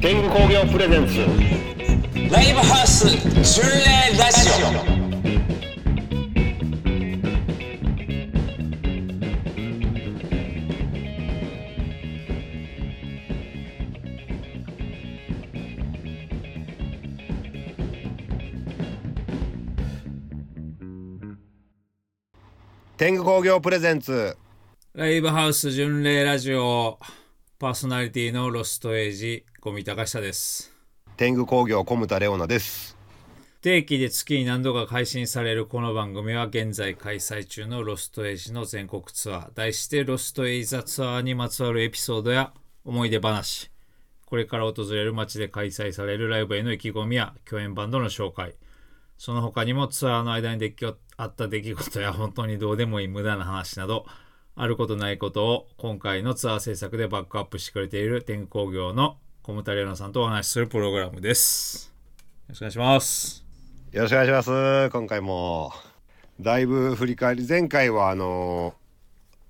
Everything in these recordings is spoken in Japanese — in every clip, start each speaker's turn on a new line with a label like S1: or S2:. S1: 天狗工業プレゼンツ
S2: ライブハウス巡礼ラジオ
S1: 天狗工業プレゼンツ
S3: ライブハウス巡礼ラジオパーソナリティのロストエイジゴミ高下です
S1: 天狗工業小牟田レオナです
S3: 不定期で月に何度か配信されるこの番組は現在開催中のロストエイジの全国ツアー題してロストエイザツアーにまつわるエピソードや思い出話これから訪れる街で開催されるライブへの意気込みや共演バンドの紹介その他にもツアーの間にできあった出来事や本当にどうでもいい無駄な話などあることないことを今回のツアー制作でバックアップしてくれている天工業の小牟田玲奈さんとお話しするプログラムです。よろしくお願いします。
S1: よろしくお願いします今回もだいぶ振り返り前回はあの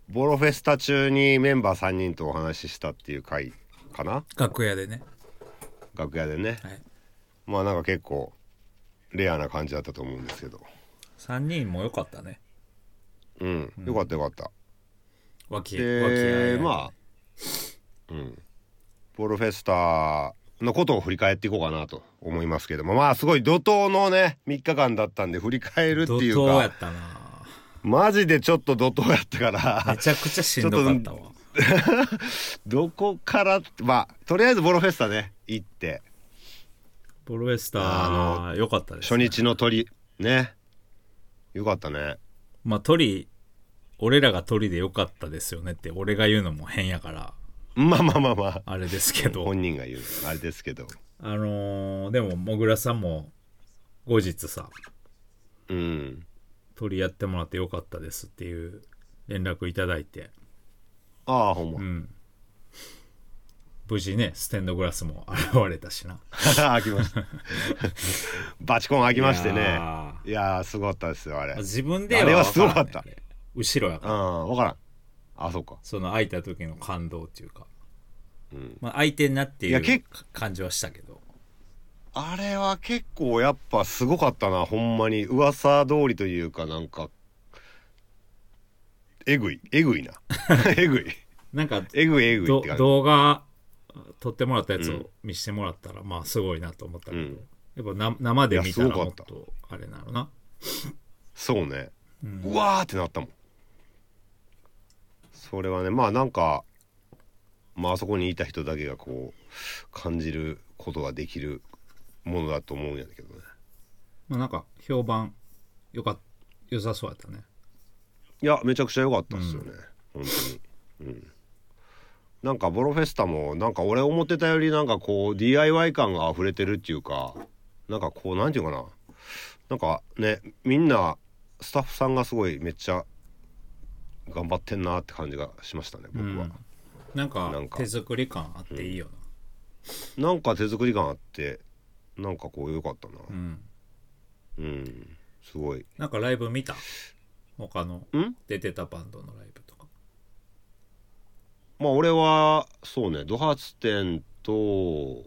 S1: ボロフェスタ中にメンバー3人とお話ししたっていう回かな
S3: 楽屋でね。
S1: 楽屋でね、
S3: はい
S1: まあなんか結構レアな感じだったと思うんですけど
S3: 3人も良かったね。
S1: うん、よかったよかった
S3: 和気
S1: でまあうんボルフェスタのことを振り返っていこうかなと思いますけどもまあすごい怒涛のね3日間だったんで振り返るって
S3: 怒
S1: いう
S3: 涛や
S1: か
S3: ったな。
S1: マジでちょっと怒涛やったから
S3: めちゃくちゃしんどかったわ。
S1: どこからまあとりあえずボロフェスタね行って
S3: ボロウェスター良かったです、
S1: 初
S3: ね。
S1: 日の鳥ねよかったね
S3: まあ鳥、俺らが鳥で良かったですよねって俺が言うのも変やから、
S1: まあまあまあまあ
S3: あれですけど。
S1: 本人が言うあれですけど
S3: あのーでも、もぐらさんも後日さ、
S1: うん
S3: 取り合ってもらってよかったですっていう連絡いただいて
S1: ああほんま、
S3: 無事ねステンドグラスも現れたしな
S1: 開きました バチコン開きまして
S3: い
S1: ね
S3: や
S1: いやーすごかったですよあれ
S3: 自分では
S1: あれはすごかった
S3: わらんねんあれ後ろやか
S1: う
S3: ら
S1: ん分からんあそうか
S3: その開いた時の感動っていうか、まあ開いてんなって
S1: い
S3: い
S1: や結
S3: う感じはしたけど
S1: あれは結構やっぱすごかったなほんまに噂通りというかなんかえぐいえぐいなえぐい
S3: なんか
S1: えぐいえぐいっ
S3: ど
S1: て感じ
S3: 動画撮ってもらったやつを見してもらったら、まあすごいなと思ったけど、
S1: うん
S3: やっぱな生で見たら
S1: いやすごか
S3: もっ
S1: った
S3: とあれなのな
S1: そうね、うわーってなったもんそれはねまあなんかまああそこにいた人だけがこう感じることができるものだと思うんやけどね
S3: まあなんか評判よかっ良さそうやったね
S1: いやめちゃくちゃ良かったですよね、本当に、うん、なんかボロフェスタもなんか俺思ってたよりなんかこう DIY 感が溢れてるっていうかなんかこうなんていうかななんかねみんなスタッフさんがすごいめっちゃ頑張ってんなって感じがしましたね僕は、
S3: なんか
S1: なんか
S3: 手作り感あっていいよ
S1: なんか手作り感あってなんかこう良かったな
S3: な。うん。
S1: うんすごい
S3: なんかライブ見た他の
S1: ん
S3: 出てたバンドのライブとか。
S1: まあ俺はそうねドハツ店と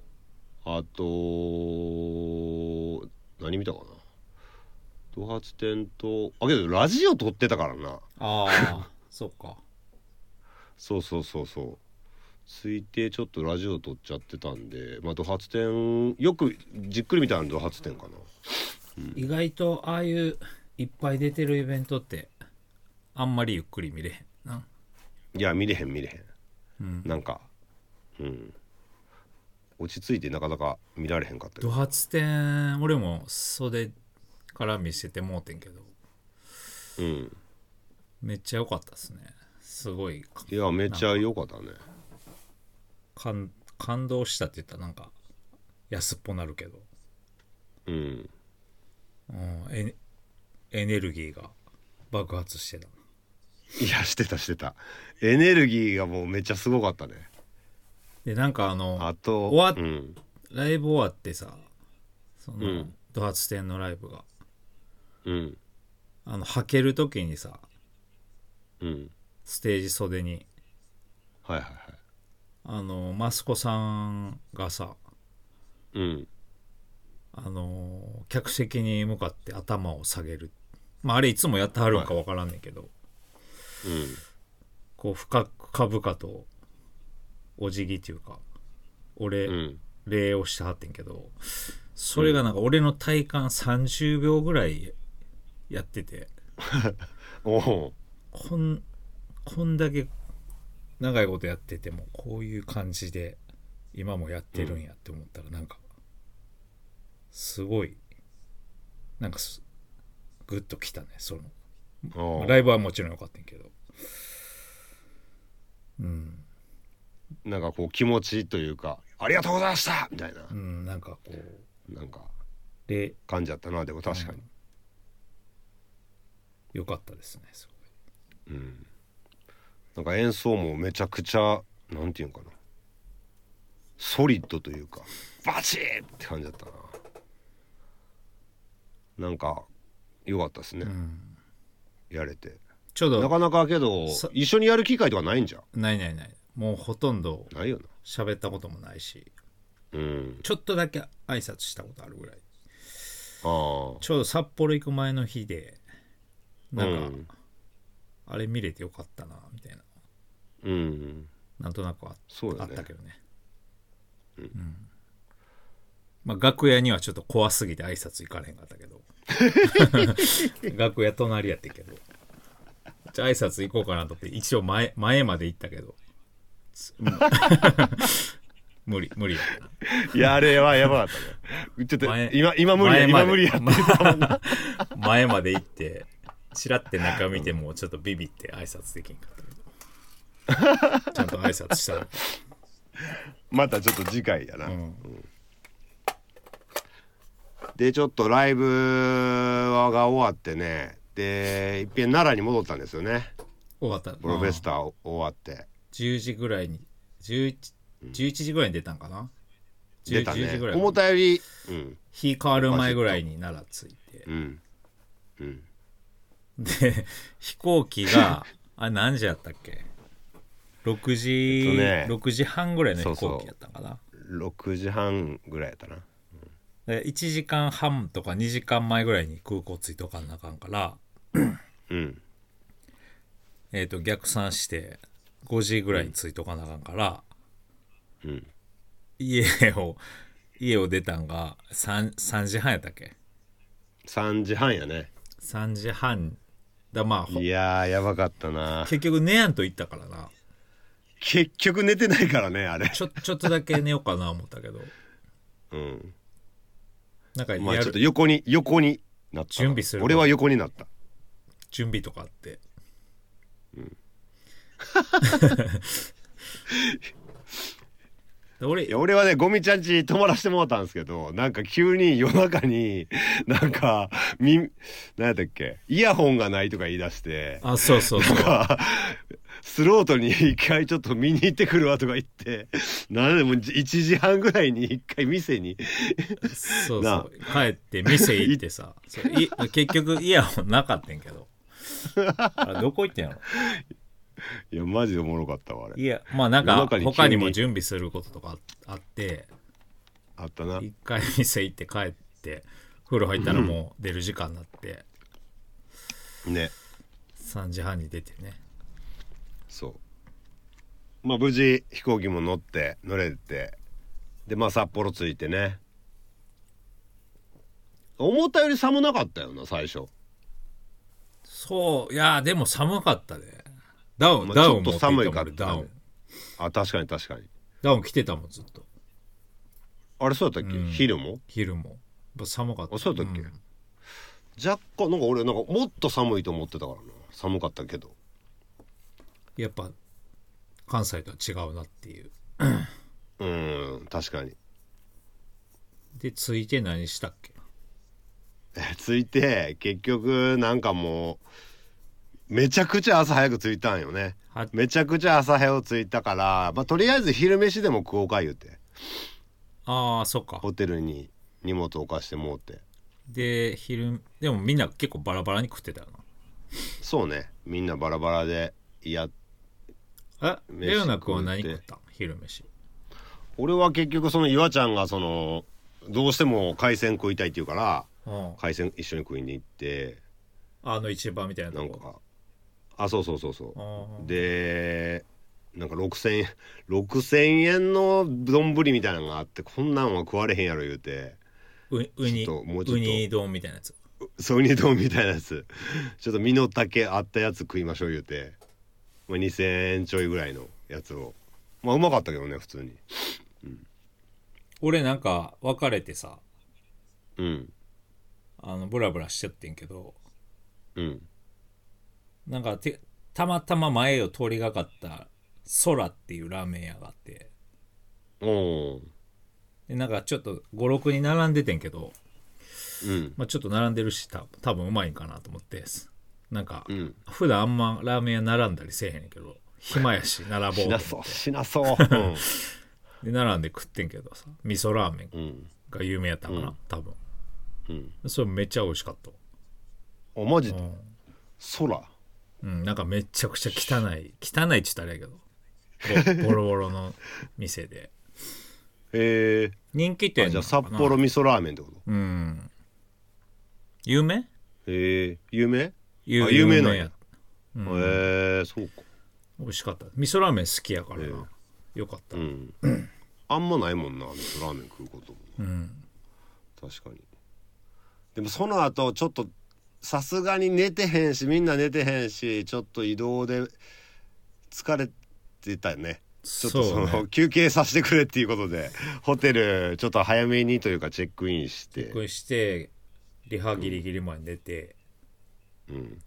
S1: あと何見たかなドハツ店とあけどラジオ撮ってたからな
S3: ああ、 そっか。
S1: そうそうそうそう推定ちょっとラジオ撮っちゃってたんでまあドハツ店よくじっくり見たのドハツ店かな
S3: 意外とああいういっぱい出てるイベントってあんまりゆっくり見れへんな。
S1: いや見れへん見れへん、なんかうん落ち着いてなかなか見られへんかったけ
S3: ド
S1: ど
S3: ハツ展、俺も袖から見せてもうてんけど、
S1: うん
S3: めっちゃ良かったっすね。すごいか
S1: いやめっちゃ良かったね
S3: 感感動したって言ったらなんか安っぽなるけど、
S1: うん
S3: うん、エエネルギーが爆発してた。
S1: いやしてたしてたエネルギーがもうめっちゃすごかったね
S3: でなんかあの
S1: あと
S3: 終わっ
S1: うん
S3: ライブ終わってさその、
S1: うん
S3: ドハツ展のライブが
S1: うん
S3: あの履ける時にさ
S1: うん
S3: ステージ袖に
S1: はいはいはい
S3: あのマスコさんがさ
S1: うん
S3: あのー客席に向かって頭を下げる、まあ、あれいつもやってはるんかわからんねんけど、こう深くかぶかとお辞儀というか俺、
S1: うん
S3: 礼をしてはってんけどそれがなんか俺の体感30秒ぐらいやってて
S1: おお
S3: こんこんだけ長いことやっててもこういう感じで今もやってるんやって思ったらなんかすごいなんかすグッときたねその
S1: お
S3: ライブはもちろん良かったんやけど
S1: なんかこう気持ちというか「ありがとうございました!」みたいな
S3: うんなんかこう
S1: なんか
S3: で
S1: 感じやったなでも確かに、
S3: 良かったですねすごい
S1: なんか演奏もめちゃくちゃなんていうんかなソリッドというかバチーって感じだったななんか良かったですね、やれて
S3: ちょう
S1: な
S3: ど
S1: かなかけど
S3: さ
S1: 一緒にやる機会とかないんじゃ
S3: ないないないもうほとんど
S1: んないよ
S3: 喋ったこともないし
S1: なうん
S3: ちょっとだけ挨拶したことあるぐらい
S1: あ
S3: ちょうど札幌行く前の日で
S1: あ
S3: な
S1: うん
S3: か、
S1: ん
S3: あれ見れてよかったなみたいな
S1: うん
S3: なんとなくは
S1: そう
S3: あ
S1: だ
S3: っ
S1: ね
S3: たけどねうんまあ楽屋にはちょっと怖すぎて挨拶行かれへんかったけ ど楽屋隣やってんけどじゃあ挨拶行こうかなと思って一応前前まで行ったけどつ 無理無理やったない
S1: やあれはやばかったねちょっと
S3: 前
S1: 今今無理や
S3: 前まで
S1: 今無理やって
S3: 前まで行ってチラって中見てもちょっとビビって挨拶できんかったけどちゃんと挨拶したら
S1: またちょっと次回やな、うんでちょっとライブが終わってねでいっぺん奈良に戻ったんですよね
S3: 終わった
S1: プロフェスター終わって
S3: 10時ぐらいに 11, 11時ぐらいに出たんかな10
S1: 出た
S3: 10時
S1: ね
S3: ぐらい
S1: 思ったよりうん
S3: 日変わる前ぐらいに奈良着いて
S1: うんうん
S3: で飛行機 があれ何時やったっけ6時、
S1: えっとね
S3: 6時半ぐらいの
S1: そ
S3: 飛
S1: うそう
S3: 行機やったんかな
S1: 6時半ぐらいやったな
S3: で1時間半とか2時間前ぐらいに空港着いとかなあかんから
S1: うん
S3: えー、と逆算して5時ぐらいに着いとかなあかんから、
S1: うん
S3: 家を家を出たんが 3, 3時半やったっけ
S1: 3時半やね
S3: 3時半だまあほ
S1: いやーやばかったな
S3: 結局寝やんと行ったからな
S1: 結局寝てないからねあれ
S3: ちょちょっとだけ寝ようかな思ったけど
S1: うん
S3: なんかやる、
S1: まあちょっと横に横になった
S3: 準備するわ
S1: 俺は横になった
S3: 準備とかあって うん俺
S1: いや俺はねゴミちゃんち泊まらせてもらったんですけどなんか急に夜中に なんかみ何やったっけイヤホンがないとか言い出して
S3: あそうそうそう
S1: スロートに一回ちょっと見に行ってくるわとか言ってなんでもう1時半ぐらいに一回店に
S3: そう
S1: な
S3: そ
S1: あ
S3: う帰って店行って さそうい結局イヤホンなかったんけどあれどこ行ってんやろ
S1: いやマジでおもろかったわあれ
S3: いやまあなん
S1: 夜中
S3: か
S1: に急に
S3: 他にも準備することとかああって
S1: あったな
S3: 一回店行って帰って風呂入ったらもう出る時間になって
S1: ね
S3: 3時半に出てね
S1: そうまあ無事飛行機も乗って乗れてでまあ札幌着いてね思ったより寒なかったよな最初
S3: そういやでも寒かったねダウン、
S1: まあ
S3: ダウン
S1: ちょ
S3: 持
S1: っと
S3: っていったも
S1: 寒い
S3: ん
S1: から
S3: 俺ダウン
S1: あ確かに確かに
S3: ダウン着てたもんずっと
S1: あれそうだったっけ、昼も
S3: 昼もやっぱ寒かった
S1: あそうだったっけ、
S3: ん
S1: 若干なんか俺なんかもっと寒いと思ってたからな寒かったけど
S3: やっぱ関西とは違うなっていう
S1: うーん確かに
S3: でついて何したっけ
S1: え着いて結局なんかもうめちゃくちゃ朝早く着いたんよね
S3: は
S1: めちゃくちゃ朝早く着いたから、まあ、とりあえず昼飯でも食おうか言うて
S3: ああそっか
S1: ホテルに荷物置かしてもうて
S3: で昼でもみんな結構バラバラに食ってたよな
S1: そうねみんなバラバラでいや
S3: え
S1: 飯
S3: レオナ君は
S1: 食う
S3: 何
S1: て
S3: 食ったん昼飯
S1: 俺は結局その岩ちゃんがそのどうしても海鮮食いたいって言うから
S3: うん、
S1: 海鮮一緒に食いに行って
S3: あの市場みたいな
S1: な
S3: と
S1: ん
S3: こ
S1: かあそうそうそうそう
S3: うん
S1: でなんか6,000円6,000円の丼みたいなのがあってこんなんは食われへんやろ言うて
S3: うウニ
S1: ちょっともうちょ
S3: ウ
S1: っと
S3: ニ丼みたいなやつ
S1: ソニー丼みたいなやつちょっと身の丈あったやつ食いましょう言うて、まあ、2,000円ちょいぐらいのやつをまあうまかったけどね普通に
S3: 俺なんか別れてさ
S1: うん
S3: あのブラブラしちゃってんけど
S1: うん
S3: なんかてたまたま前を通りがかった空っていうラーメン屋があって
S1: おお
S3: でなんかちょっと56に並んでてんけど、
S1: うん
S3: まあ、ちょっと並んでるした多分うまいんかなと思ってなんか、
S1: うん
S3: 普段あんまラーメン屋並んだりせえへんけど暇 やし並ぼうと
S1: し
S3: 思
S1: な
S3: って
S1: そうしな そううん
S3: で並んで食ってんけどさ味噌ラーメン
S1: うん
S3: が有名やったかな、多分
S1: うん
S3: それめっちゃ美味しかった
S1: あマジ
S3: ん
S1: 空
S3: うんなんかめちゃくちゃ汚い汚いっち言ったらあれやけ どボボロボロの店で
S1: へ
S3: 人気
S1: え
S3: 店
S1: じゃあ
S3: なの
S1: 札
S3: かな
S1: 幌味噌ラーメンってこと
S3: うん有名
S1: へえ有名
S3: 有
S1: あ有名なんやへ
S3: や
S1: えそうか
S3: 美味しかった味噌ラーメン好きやからな、よかった、
S1: うんあんまないもんな味噌ラーメン食うことも、確かにでもその後ちょっとさすがに寝てへんしみんな寝てへんしちょっと移動で疲れてたよねちょっとその
S3: そうね
S1: 休憩させてくれっていうことでホテルちょっと早めにというかチェックインして
S3: これしてリハギリギリまで出て、
S1: うん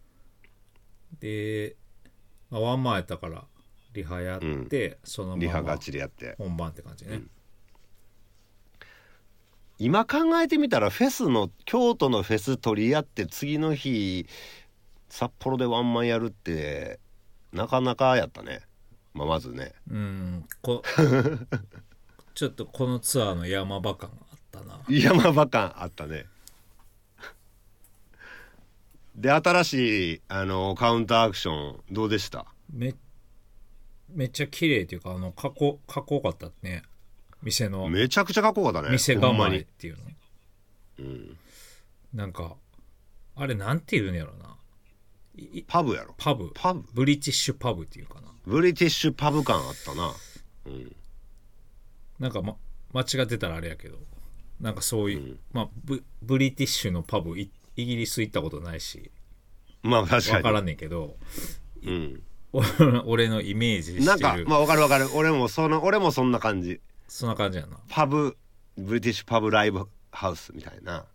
S3: で、まあ、ワンマンやったからリハやって、その
S1: リ
S3: ま
S1: ハ
S3: ま
S1: ガチでやって
S3: 本番って感じね、
S1: 今考えてみたらフェスの京都のフェス取り合って次の日札幌でワンマンやるってなかなかやったね、まあ、まずね
S3: うん こちょっとこのツアーの山場感があったな
S1: 山場感あったね で新しいあのカウンターアクションどうでした
S3: めめっちゃ綺麗っていうかあのかっこかっこよかったね店の
S1: めちゃくちゃかっこよかったね
S3: 店
S1: ほんま
S3: 構えっ
S1: に
S3: ていうの、なんかあれなんて言うんやろないい
S1: パブやろ
S3: パブ
S1: パブ
S3: ブリティッシュパブっていうかな
S1: ブリティッシュパブ感あったな
S3: なんか、ま、間違ってたらあれやけどなんかそういう、まあ、ブブリティッシュのパブいイギリス行ったことないし
S1: まあ確か
S3: 分
S1: に
S3: からんねんけど
S1: うん、
S3: お俺のイメージしてる
S1: なんかまあわかるわかる俺もその俺もそんな感じ
S3: そんな感じやな
S1: パブブリティッシュパブライブハウスみたいな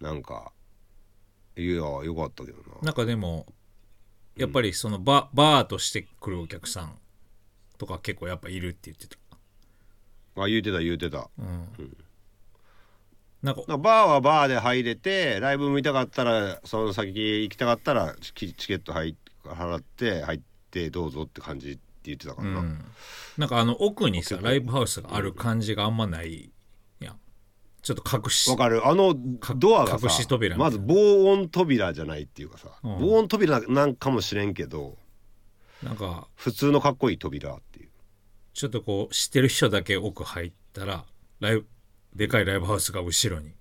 S1: うんなんかいやよかったけどな
S3: なんかでもやっぱりそのバ,、バーとして来るお客さんとか結構やっぱいるって言ってた
S1: あ言うてた言うてた、
S3: なんか
S1: なんかバーはバーで入れてライブ見たかったらその先行きたかったらチチケット入払って入ってどうぞって感じって言ってたからな、
S3: なんかあの奥にさライブハウスがある感じがあんまないやんちょっと隠し
S1: わかるあのドアがさ
S3: 隠し扉みたい
S1: ま
S3: な
S1: ず防音扉じゃないっていうかさ、防音扉なんかもしれんけど
S3: なんか
S1: 普通のかっこいい扉っていう
S3: ちょっとこう知ってる人だけ奥入ったらライブでかいライブハウスが後ろに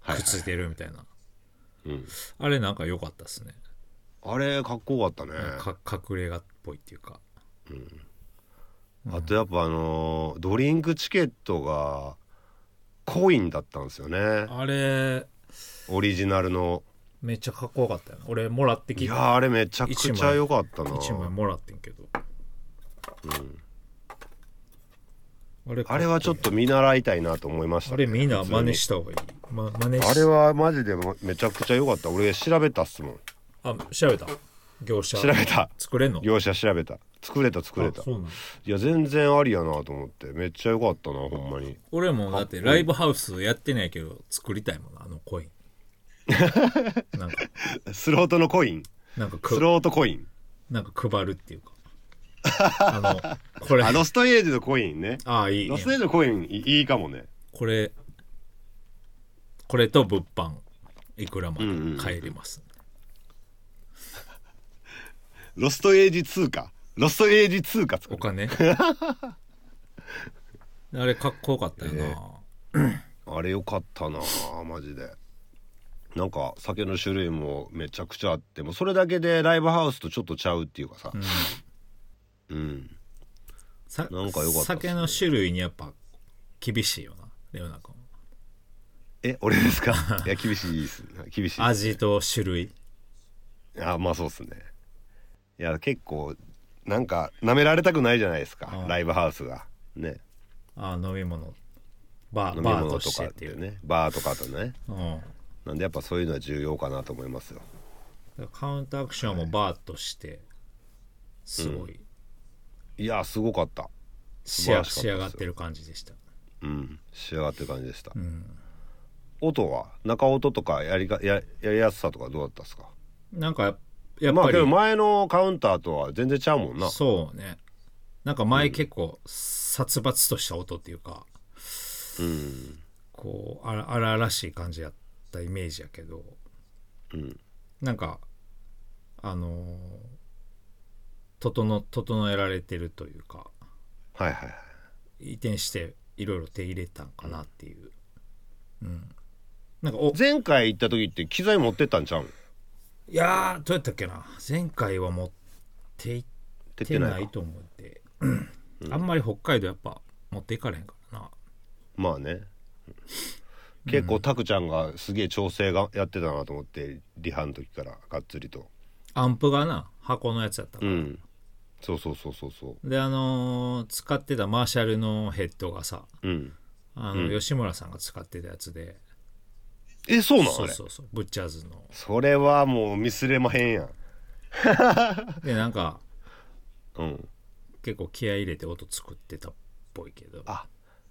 S1: はいは
S3: くっ
S1: い
S3: ついてるみたいな、
S1: ん
S3: あれなんか良かったですね
S1: あれかっこよかったね、
S3: か隠れ家っぽいっていうか
S1: あとやっぱあのードリンクチケットがコインだったんですよね
S3: あれ
S1: オリジナルの
S3: めっちゃかっこよかったよな俺もらって
S1: い
S3: き
S1: や
S3: た
S1: ーあれめちゃくちゃ良かったな
S3: 1枚もらってんけど、あれ
S1: あれはちょっと見習いたいなと思いました
S3: あ
S1: ね、
S3: れみんな
S1: 普通
S3: 真
S1: に
S3: 似した方がいい、ま、真似し
S1: あれはマジでめちゃくちゃ良かった俺調べたっすもん
S3: あ調べた業者
S1: 調べた
S3: 作れんの
S1: 業者調べた作れた作れた
S3: あそうなん
S1: いや全然ありやなと思ってめっちゃ良かったなほんまに
S3: 俺もだってライブハウスやってないけど作りたいもんなあのコインなんか
S1: スロートのコイン
S3: なんかく
S1: スロートコイン
S3: なんか配るっていう かあのこれ
S1: あ
S3: あ
S1: ロストエイジのコインね
S3: あいい
S1: ロ
S3: ね
S1: ストエイジのコインいいいかもね
S3: これこれと物販いくらまで買えれます、
S1: ロストエイジ通貨ロストエイジ通貨作
S3: お金あれかっこよかったよな、
S1: あれよかったなあマジでなんか酒の種類もめちゃくちゃあってもうそれだけでライブハウスとちょっとちゃうっていうかさうん、
S3: さ
S1: なんか良かったっすね
S3: 酒の種類にやっぱ厳しいよなレオナ君
S1: え俺です かいや厳しいっす厳しいっす
S3: 味と種類
S1: あまあそうっすねいや結構なんか舐められたくないじゃないですか、ライブハウスがね
S3: あ飲み物バー
S1: 飲み
S3: バー
S1: 物
S3: と
S1: と
S3: して
S1: かっ
S3: っ
S1: てて
S3: い
S1: いううねバーとかとね
S3: うん、だか
S1: なんでやっぱそういうのは重要かなと思いますよ
S3: らカウンターアクションもバーとしてすごい、
S1: いやすごかった
S3: 仕
S1: 晴らしかった
S3: 上
S1: です
S3: 仕上がってる感じでした
S1: うん仕上がってる感じでした、音は中音とかやりかややりやすさとかどうだったですか
S3: なんかややっ
S1: まあ
S3: ぱ
S1: け
S3: り、
S1: ど前のカウンターとは全然ちゃうもんな
S3: そうねなんか前結構殺伐とした音っていうか、こうあら荒々しい感じやったイメージやけど、なんかあのー整整えられてるというか
S1: はいはいはい
S3: 移転していろいろ手入れたんかなっていう、うん、なんかお
S1: 前回行った時って機材持ってったんちゃうん
S3: いやーどうやったっけな前回は持っていっ
S1: 出
S3: て
S1: て
S3: な
S1: ない
S3: い
S1: か
S3: と思って、うんあんまり北海道やっぱ持っていかれへんからな
S1: まあね結構タクちゃんがすげえ調整がやってたなと思ってリハの時からがっつりと
S3: アンプがな箱のやつやったか
S1: う
S3: ら、
S1: んそうそうそうそうそ
S3: であのー使ってたマーシャルのヘッドがさ
S1: ううん
S3: あの吉村さんが使ってたやつで、
S1: えそうなのあれ
S3: そ
S1: そう
S3: そうそうブッチャーズの
S1: れはもうミスれまへんやん
S3: でなんか
S1: うん
S3: 結構気合い入れて音作ってたっぽいけど
S1: あ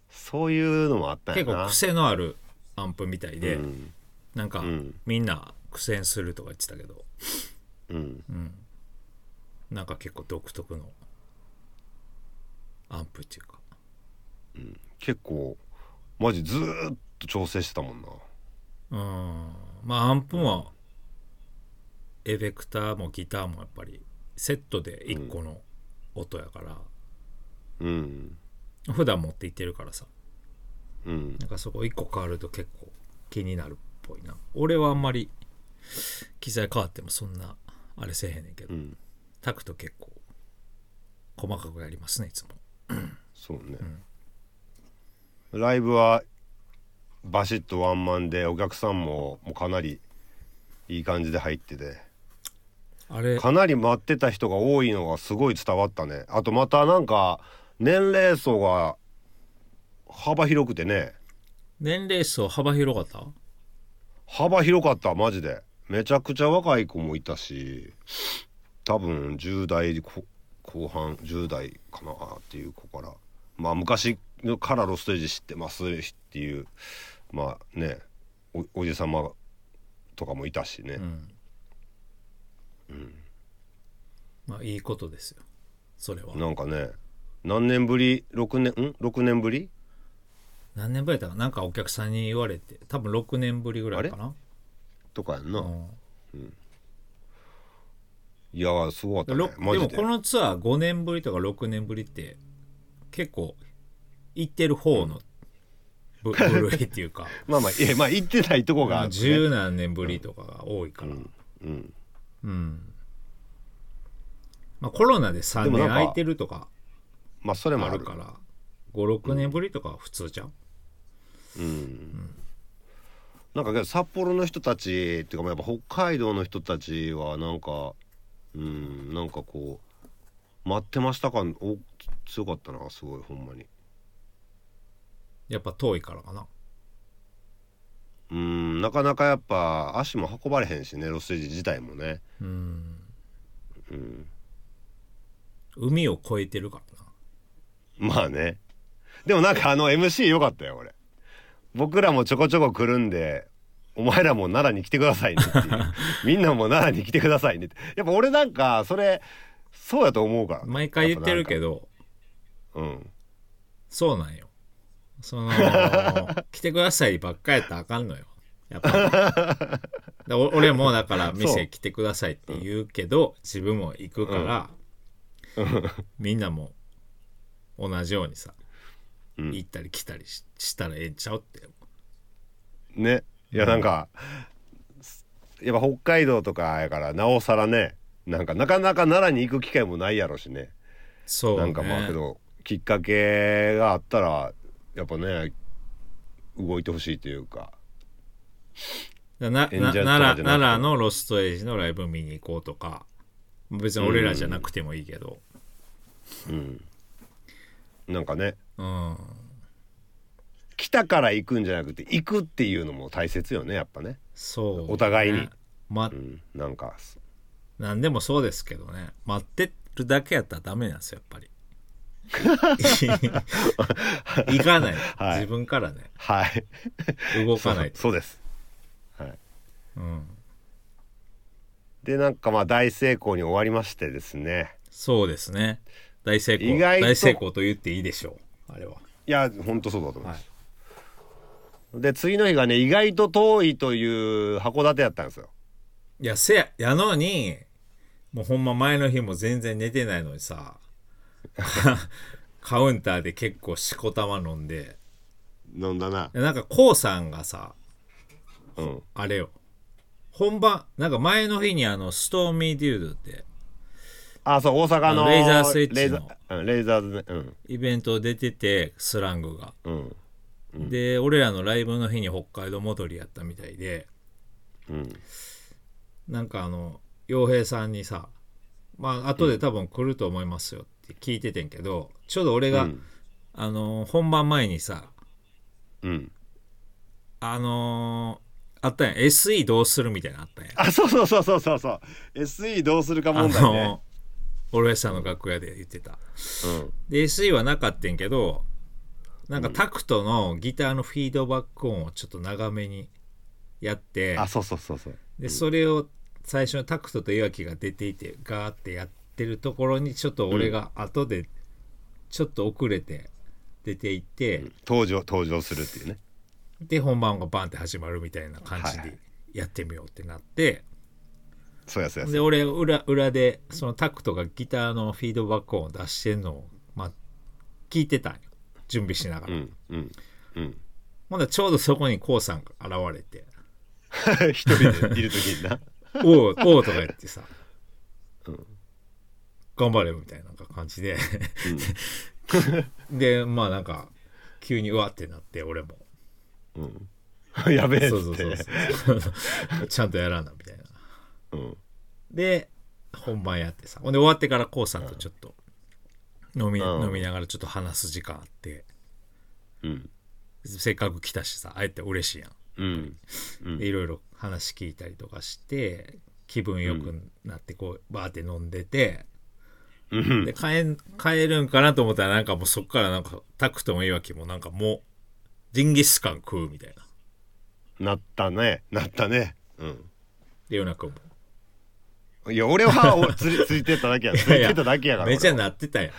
S1: そういうのもあったんや
S3: 結
S1: な
S3: 構癖のあるアンプみたいで、
S1: うん
S3: なんか、
S1: ん
S3: みんな苦戦するとか言ってたけど
S1: うん
S3: なんか結構独特のアンプっていうか
S1: 結構マジずーっと調整してたもんな
S3: うんまあアンプもエフェクターもギターもやっぱりセットで1個の音やから、
S1: うん
S3: 普段持っていってるからさ
S1: うん
S3: なんかそこ1個変わると結構気になるっぽいな俺はあんまり機材変わってもそんなあれせえへんねんけど、
S1: ん
S3: タクト結構細かくやりますねいつも
S1: そうね、ライブはバシッとワンマンでお客さんももうかなりいい感じで入ってて
S3: あれ
S1: かなり待ってた人が多いのがすごい伝わったねあとまたなんか年齢層が幅広くてね
S3: 年齢層幅広かった
S1: 幅広かったマジでめちゃくちゃ若い子もいたし多分10代こ後半10代かなっていう子からまあ昔からロステージ知ってますっていうまあねおおじさまとかもいたしね、
S3: まあいいことですよそれは
S1: なんかね何年ぶり6年ん6年ぶり
S3: 何年ぶりだったかなんかお客さんに言われて多分6年ぶりぐらいかな
S1: とかやんな、
S3: うん
S1: いやすごかった
S3: ろ
S1: ね
S3: く
S1: マ
S3: で
S1: ジ
S3: も
S1: で
S3: このツアー5年ぶりとか6年ぶりって結構行ってる方のぶ部類っていう か
S1: まあまあいやまあ行ってないとこがあってね、
S3: 十何年ぶりとかが多いからうん、まあ、コロナで3
S1: でもなん
S3: 年
S1: か
S3: 空いてるとか
S1: まあそれも
S3: あ
S1: あ
S3: る
S1: る
S3: から56年ぶりとかは普通じゃん
S1: なんかけど札幌の人たちっていうかまあやっぱ北海道の人たちはなんかうんなんかこう待ってました感お強かったなすごいほんまに
S3: やっぱ遠いからかな
S1: うんなかなかやっぱ足も運ばれへんしねロステージ自体もね
S3: 海を越えてるからな
S1: まあねでもなんかあの MC 良かったよ俺僕らもちょこちょこ来るんでお前らも奈良に来てくださいねっていう みんなも奈良に来てくださいねってやっぱ俺なんかそれそうやと思うから
S3: 毎回言ってるけ
S1: ど
S3: ど
S1: うん
S3: そうなんよそ の来てくださいばっかやったらあかんのよやっぱりだお俺もだから
S1: そう
S3: 店来てくださいって言うけど自分も行くから、みんなも同じようにさ行ったり来たりししたらええんちゃうって
S1: ねいやなんか、やっぱ北海道とかやからなおさらねなんかなかなか奈良に行く機会もないやろしね
S3: そう、ね、
S1: なんかまあけどきっかけがあったらやっぱね動いてほしいというか
S3: だな
S1: 演者
S3: な
S1: とかじゃなく
S3: 奈
S1: て
S3: 良奈良のロストエイジのライブ見に行こうとか別に俺らじゃなくてもいいけど
S1: なんかね
S3: うん、
S1: 来たから行くんじゃなくて行くっていうのも大切よねやっぱね
S3: そう、
S1: お互いに
S3: ま
S1: うんなんか
S3: 何でもそうですけどね待ってるだけやったらダメなんですよ やっぱり行かない、
S1: はい
S3: 自分からね
S1: はい
S3: 動かない と
S1: そうそうですはい
S3: うん、
S1: でなんかまあ大成功に終わりましてですね
S3: そうですね大成功
S1: 意外と
S3: 大成功と言っていいでしょうあれはい
S1: やほんとそうだと思います、で次の日がね意外と遠いという函館やったんですよ
S3: いやせややのにもうほんま前の日も全然寝てないのにさ カウンターで結構しこたま飲んで
S1: 飲んだな
S3: でなんかこうさんがさ
S1: うん
S3: あれよ本番なんか前の日にあのストーミーデュードって
S1: あそう大阪の
S3: レイザースイッチの
S1: レイザーうんレイザーズねうん
S3: イベント出ててスラングが、
S1: うん
S3: で俺らのライブの日に北海道戻りやったみたいで
S1: うん
S3: なんかあの洋平さんにさまあ後で多分来ると思いますよって聞いててんけどちょうど俺が、
S1: うん
S3: あの本番前にさ
S1: うん
S3: あのーあったんや SE どうするみたいなのあったんや
S1: あそうそうそうそうそうそう SE どうするか
S3: あ
S1: 問題ね
S3: の俺らさんの楽屋で言ってた
S1: うん
S3: で SE はなかったんけどなんかタクトのギターのフィードバック音をちょっと長めにやって
S1: あそうそうそうそう
S3: でそれを最初のタクトと岩木が出ていてガーってやってるところにちょっと俺が後でちょっと遅れて出ていって、
S1: 登場登場するっていうね
S3: で本番がバンって始まるみたいな感じ
S1: はいは
S3: でやってみようってなって、
S1: そうやそうやそう
S3: で
S1: や
S3: 俺裏裏でそのタクトがギターのフィードバック音を出してるのを、まあ、聞いてたんよ準備しながら、
S1: うんうん うん
S3: ほんだらちょうどそこにこうさんが現れて
S1: 一人でいる時にな
S3: 「おうおう」とか言ってさ「頑張れよ」みたいななんか感じで、 でまあなんか急にうわってなって俺も
S1: やべえっ
S3: そう
S1: つ
S3: そう
S1: っ
S3: そう
S1: て
S3: そう ちゃんとやらなみたいな
S1: うん
S3: で本番やってさほんで終わってからこうさんとちょっと飲み,、
S1: うん
S3: 飲みながらちょっと話す時間あって
S1: うん
S3: せっかく来たしさあえて嬉しいやん
S1: うん
S3: でいろいろ話聞いたりとかして気分よくなってこうバーって飲んでて、
S1: うん
S3: で帰ん帰るんかなと思ったらなんかもうそっからなんかタクトもいわきもなんかもうジンギスカン食うみたいな
S1: なったねなったねうん
S3: で 夜中も
S1: いや俺はおつりついてっただけやつい
S3: いや
S1: てただけやから
S3: めちゃ
S1: 俺
S3: なってたやん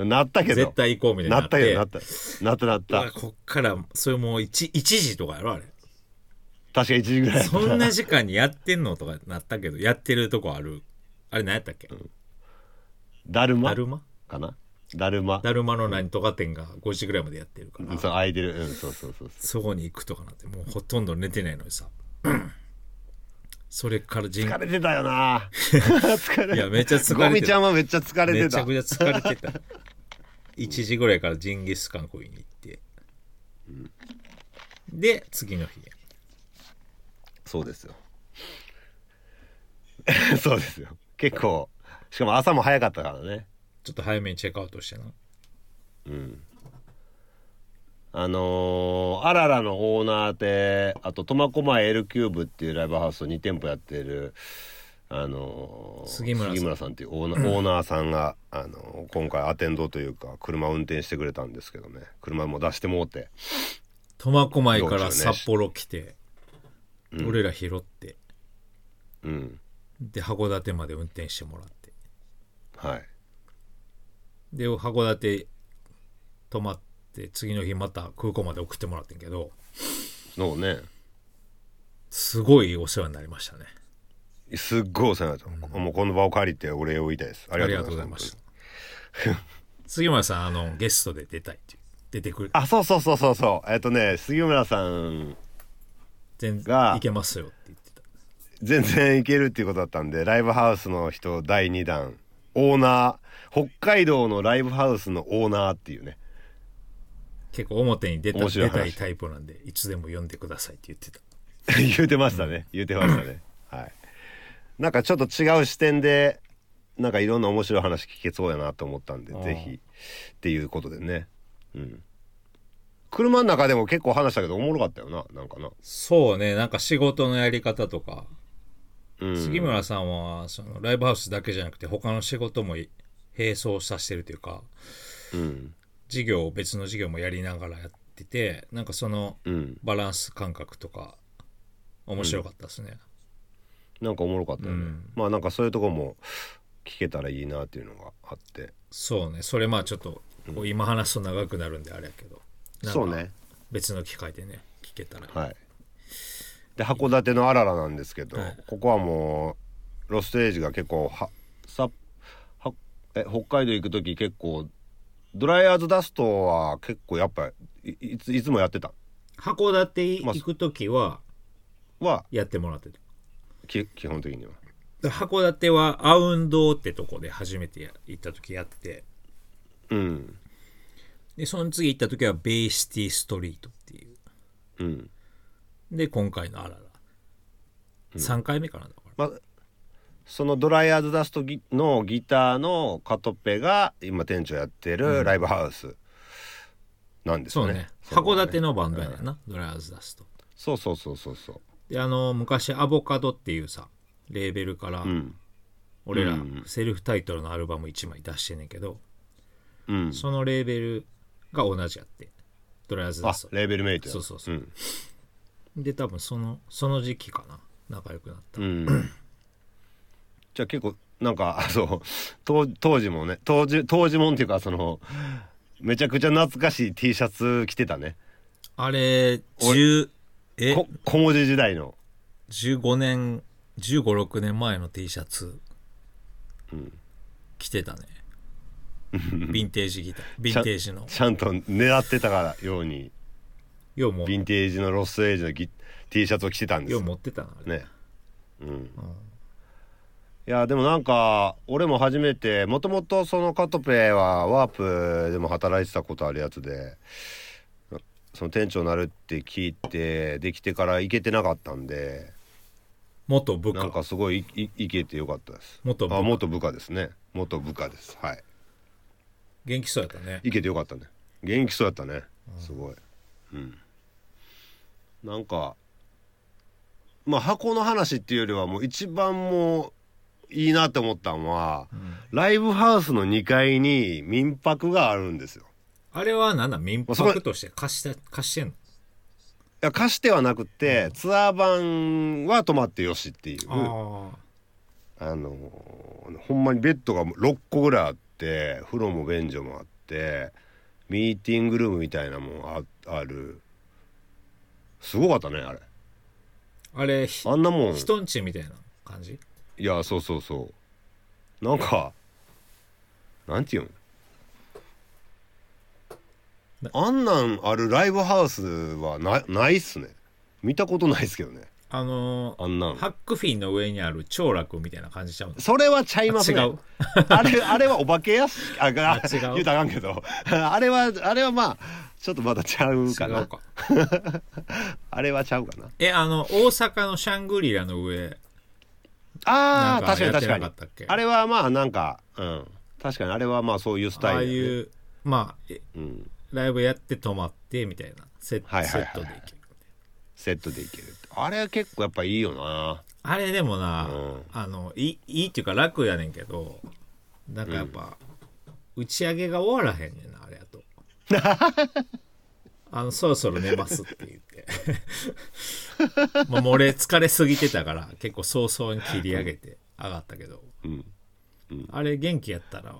S1: はなったけど
S3: 絶対行こうみたいに
S1: な
S3: なっ
S1: ってたよなったなったなっ
S3: うわ
S1: た
S3: こっからそれもう 1, 一時とかやろあ れ
S1: 確か1時ぐらい
S3: そんな時間にやってんのとかなったけど、やってるとこある。あれ何やったっけ、
S1: だるま
S3: だるま
S1: かなだるま
S3: だるまの何とか店が5時ぐらいまでやってるから、
S1: そう空いてるうんそうそうそうそ
S3: そこに行くとかなって、もうほとんど寝てないのにさ。それから人
S1: う疲れてたよな疲れ
S3: いや、めっちゃ 疲
S1: ゴ
S3: れ
S1: ミ
S3: て
S1: ちゃ
S3: た。
S1: んはめっちゃ疲れ
S3: め
S1: て
S3: ちゃ
S1: た
S3: くちゃ疲れてた。1時ぐらいからジンギスカン食いに行って。で、次の日。
S1: そうですよ そうですよ結構しかも朝も早かったからね
S3: ちょっと早めにチェックアウトしてな。
S1: あのー、あららのオーナーであと苫小牧 L キューブっていうライブハウスを2店舗やってる、あのー
S3: 杉村さん
S1: さんっていうオーナーオーナーさんが、あのー今回アテンドというか車を運転してくれたんですけどね車も出してもうて
S3: 苫小牧か
S1: 道中ね
S3: ら札幌来て、俺ら拾って、
S1: うん
S3: で函館まで運転してもらって
S1: はい
S3: で函館泊まって次の日また空港まで送ってもらってんけど
S1: のね
S3: すごいお世話になりましたね
S1: すっごいお世話になった、もうこの場を借りてお礼を言いたいですあ
S3: あ
S1: り
S3: り
S1: が
S3: が
S1: と
S3: と
S1: う
S3: う
S1: ご
S3: ご
S1: ざ
S3: ざ
S1: い
S3: い
S1: まし
S3: ましたた杉村さんあのゲストで出たいって出てくる
S1: あそうそうそうそうそうえっとね杉村さん
S3: 全然
S1: が
S3: いけますよって言ってた
S1: 全然いけるっていうことだったんでライブハウスの人第2弾オーナー北海道のライブハウスのオーナーっていうね
S3: 結構表に出た
S1: 面白い話
S3: 出たいタイプなんでいつでも読んでくださいって言ってた
S1: 言うてましたね、言うてましたねはいなんかちょっと違う視点でなんかいろんな面白い話聞けそうやなと思ったんで
S3: あー
S1: ぜひっていうことでねうん車の中でも結構話したけどおもろかったよななんかな、
S3: そうねなんか仕事のやり方とか、
S1: うん、
S3: 杉村さんはそのライブハウスだけじゃなくて他の仕事もい並走させてるというか
S1: うん
S3: 事業を別の事業もやりながらやっててなんかその
S1: うん
S3: バランス感覚とか面白かったですね、
S1: なんかおもろかったよね、
S3: うん
S1: まあなんかそういうとこも聞けたらいいなっていうのがあって
S3: そうねそれまあちょっとこう今話すと長くなるんであれやけど、なんか
S1: そうね
S3: 別の機会でね聞けたら、
S1: はいで函館のあららなんですけど、
S3: はい
S1: ここはもうロストエイジが結構はさはえ北海道行く時結構ドライヤーズダストは結構やっぱいいついつもやってた
S3: 函館
S1: まあ
S3: 行く時は
S1: は
S3: やってもらってた
S1: き基本的には
S3: で函館はアウンドってとこで初めてや行った時やってて
S1: うん
S3: でその次行った時はベイシティストリートっていう
S1: うん
S3: で今回のあらら、3回目かなだから
S1: まあそのドライヤーズダストギのギターのカトペが今店長やってるライブハウスなんです
S3: そ
S1: よ
S3: うね
S1: ね,、
S3: 函館のバンドやねんな、ドライアーズ出すと
S1: そうそうそうそうそう
S3: であの昔アボカドっていうさレーベルから
S1: ん
S3: 俺ら
S1: うん
S3: セルフタイトルのアルバム1枚出してんねんけど、
S1: うん
S3: そのレーベルが同じやってドライアーズ出
S1: あ
S3: すと
S1: レーベルメイトや
S3: そうそうそう、
S1: ん
S3: で多分そのその時期かな仲良くなった、
S1: うん、じゃあ結構なんかあの当当時もね当時当時もんっていうかそのめちゃくちゃ懐かしい T シャツ着てたね
S3: あれ10え
S1: こ小文字時代の
S3: 15年1 5六6年前の T シャツ、着てたね ヴィンテージギターヴィンテージの
S1: ちゃんと狙ってたからように
S3: ようも
S1: ヴィンテージのロストエイジのギ T シャツを着てたんです
S3: よう
S1: よ
S3: 持ってたなあれ
S1: ねうん、いやでもなんか俺も初めてもともとそのカトペはワープでも働いてたことあるやつでその店長になるって聞いてできてから行けてなかったんで
S3: 元部
S1: なん
S3: 下
S1: かすごいいい行けてよかったです
S3: 元部下
S1: あ元部下ですね元部下ですはい
S3: 元気そうやったね
S1: 行けてよかったね元気そうやったねすごいうんなんかまあ箱の話っていうよりはもう一番もういいなって思ったのは、ライブハウスの2階に民泊があるんですよ
S3: あれはなんだ民
S1: そこ
S3: 泊として貸して貸してんの
S1: いや貸してはなくて、ツアー版は泊まってよしっていうあ
S3: あ
S1: のーほんまにベッドが6個ぐらいあって風呂も便所もあってミーティングルームみたいなもんああるすごかったねあれ
S3: ああれひ
S1: あんなもん
S3: 人んちみたいな感じ
S1: いやそうそうそうなんかなんていうのあんなんあるライブハウスはなないっすね見たことないっすけどね
S3: あのー
S1: あんなん
S3: ハックフィンの上にある長楽みたいな感じちゃうの
S1: それはちゃいますね
S3: あ違う
S1: あれあれはお化け屋敷あが
S3: あ違う
S1: 言うたらあかんけど あれはあれはまあちょっとまだちゃうかな
S3: 違うか
S1: あれはちゃうかな
S3: えあの大阪のシャングリラの上
S1: あ
S3: なん
S1: あ
S3: か
S1: 確かに
S3: やっ
S1: 確
S3: てな
S1: か
S3: か
S1: に
S3: ったっけ
S1: あれはまあなんかうん確かにあれはまあそういうスタイル
S3: ああ
S1: やね、
S3: いうまあえ
S1: うん、
S3: ライブやって泊まってみたいなセッ,、
S1: はいはいはい
S3: セットでいける
S1: セットでいけるってあれは結構やっぱいいよな
S3: あれでもな、
S1: うん
S3: あのいいいいっていうか楽やねんけどなんかやっぱ、打ち上げが終わらへんねんなあれやと あのそろそろ寝ますって言って もうもう俺疲れすぎてたから結構早々に切り上げて上がったけど、
S1: ん
S3: あれ元気やったら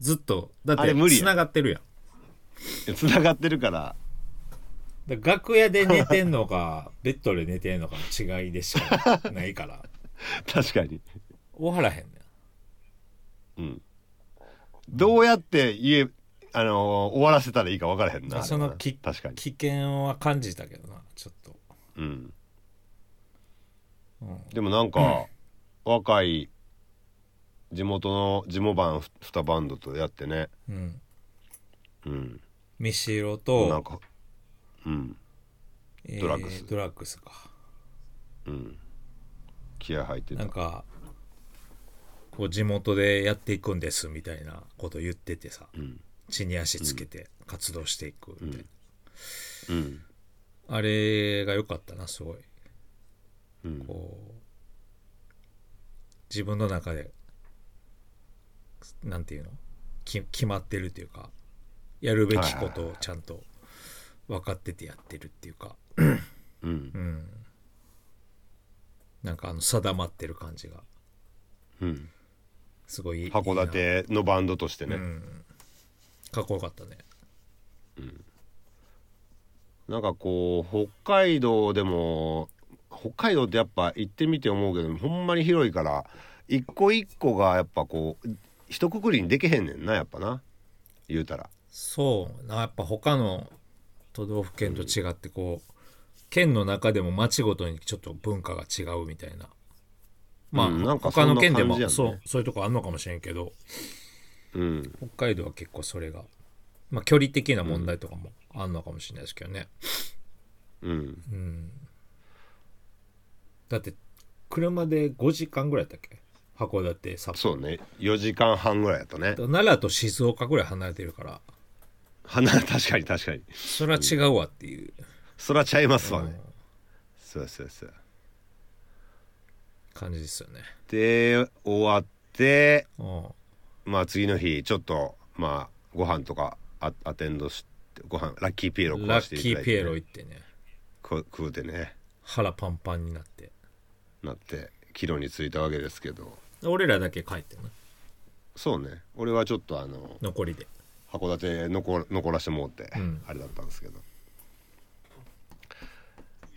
S3: ずっとだっ
S1: あ
S3: て
S1: れ無理や
S3: 繋がってるやん
S1: つながってるから
S3: だから楽屋で寝てんのか ベッドで寝てんのかの違いでしかな いから
S1: 確かに
S3: 終わらへんねん
S1: どうやって家あのー終わらせたらいいか分からへんな
S3: その
S1: あれ
S3: き
S1: はな確かに
S3: 危険は感じたけどなちょっと
S1: うん
S3: うん
S1: でもなんか、若い地元の地元版2バンドとやってね
S3: うん
S1: うん
S3: ミシロ
S1: なん
S3: と、
S1: かうん
S3: えー
S1: ドラッグス
S3: ドラッグスか
S1: うん気合入って
S3: な
S1: た
S3: んかこう地元でやっていくんですみたいなこと言っててさ、地に足つけて活動していくみたいな、
S1: うん
S3: あれが良かったなすごい、
S1: うん
S3: こう自分の中でなんていうのき決まってるというかやるべきことをちゃんと分かっててやってるっていうか、
S1: うん
S3: なんかあの定まってる感じが
S1: うん
S3: すごいいい
S1: 函館のバンドとしてね、
S3: かっこよかったね
S1: なんかこう北海道でも北海道ってやっぱ行ってみて思うけどほんまに広いから一個一個がやっぱこう一括りにできへんねんなやっぱな言うたら
S3: そうなやっぱ他の都道府県と違ってこう、県の中でも町ごとにちょっと文化が違うみたいなまあ、
S1: うんなんか
S3: 他の県でも
S1: そんな感じ
S3: そ
S1: やん
S3: うそういうとこあんのかもしれんけど
S1: うん
S3: 北海道は結構それがまあ距離的な問題とかもあんのかもしれないですけどね、
S1: うん
S3: だって車で5時間ぐらいだったっけ函館札幌
S1: そうね4時間半ぐらいやったね
S3: 奈良と静岡ぐらい離れてるから
S1: 花 確かに確かに
S3: それは違うわっていう
S1: そらちゃいますわねそうやそうやそうや
S3: 感じですよね
S1: で終わって
S3: うん
S1: まあ次の日ちょっとまあご飯とかあアテンドしてご飯ラッキーピエロ食
S3: ラ
S1: わせて
S3: ッ
S1: い
S3: キ
S1: ただ
S3: ー
S1: い
S3: ピ
S1: て
S3: エ
S1: ね、
S3: ロ行ってね
S1: こ食うてね
S3: 腹パンパンになって
S1: なって帰路に着いたわけですけど
S3: 俺らだけ帰ってな
S1: そうね俺はちょっとあの
S3: 残りで
S1: 函館残残らしてもうて、
S3: ん
S1: あれだったんですけど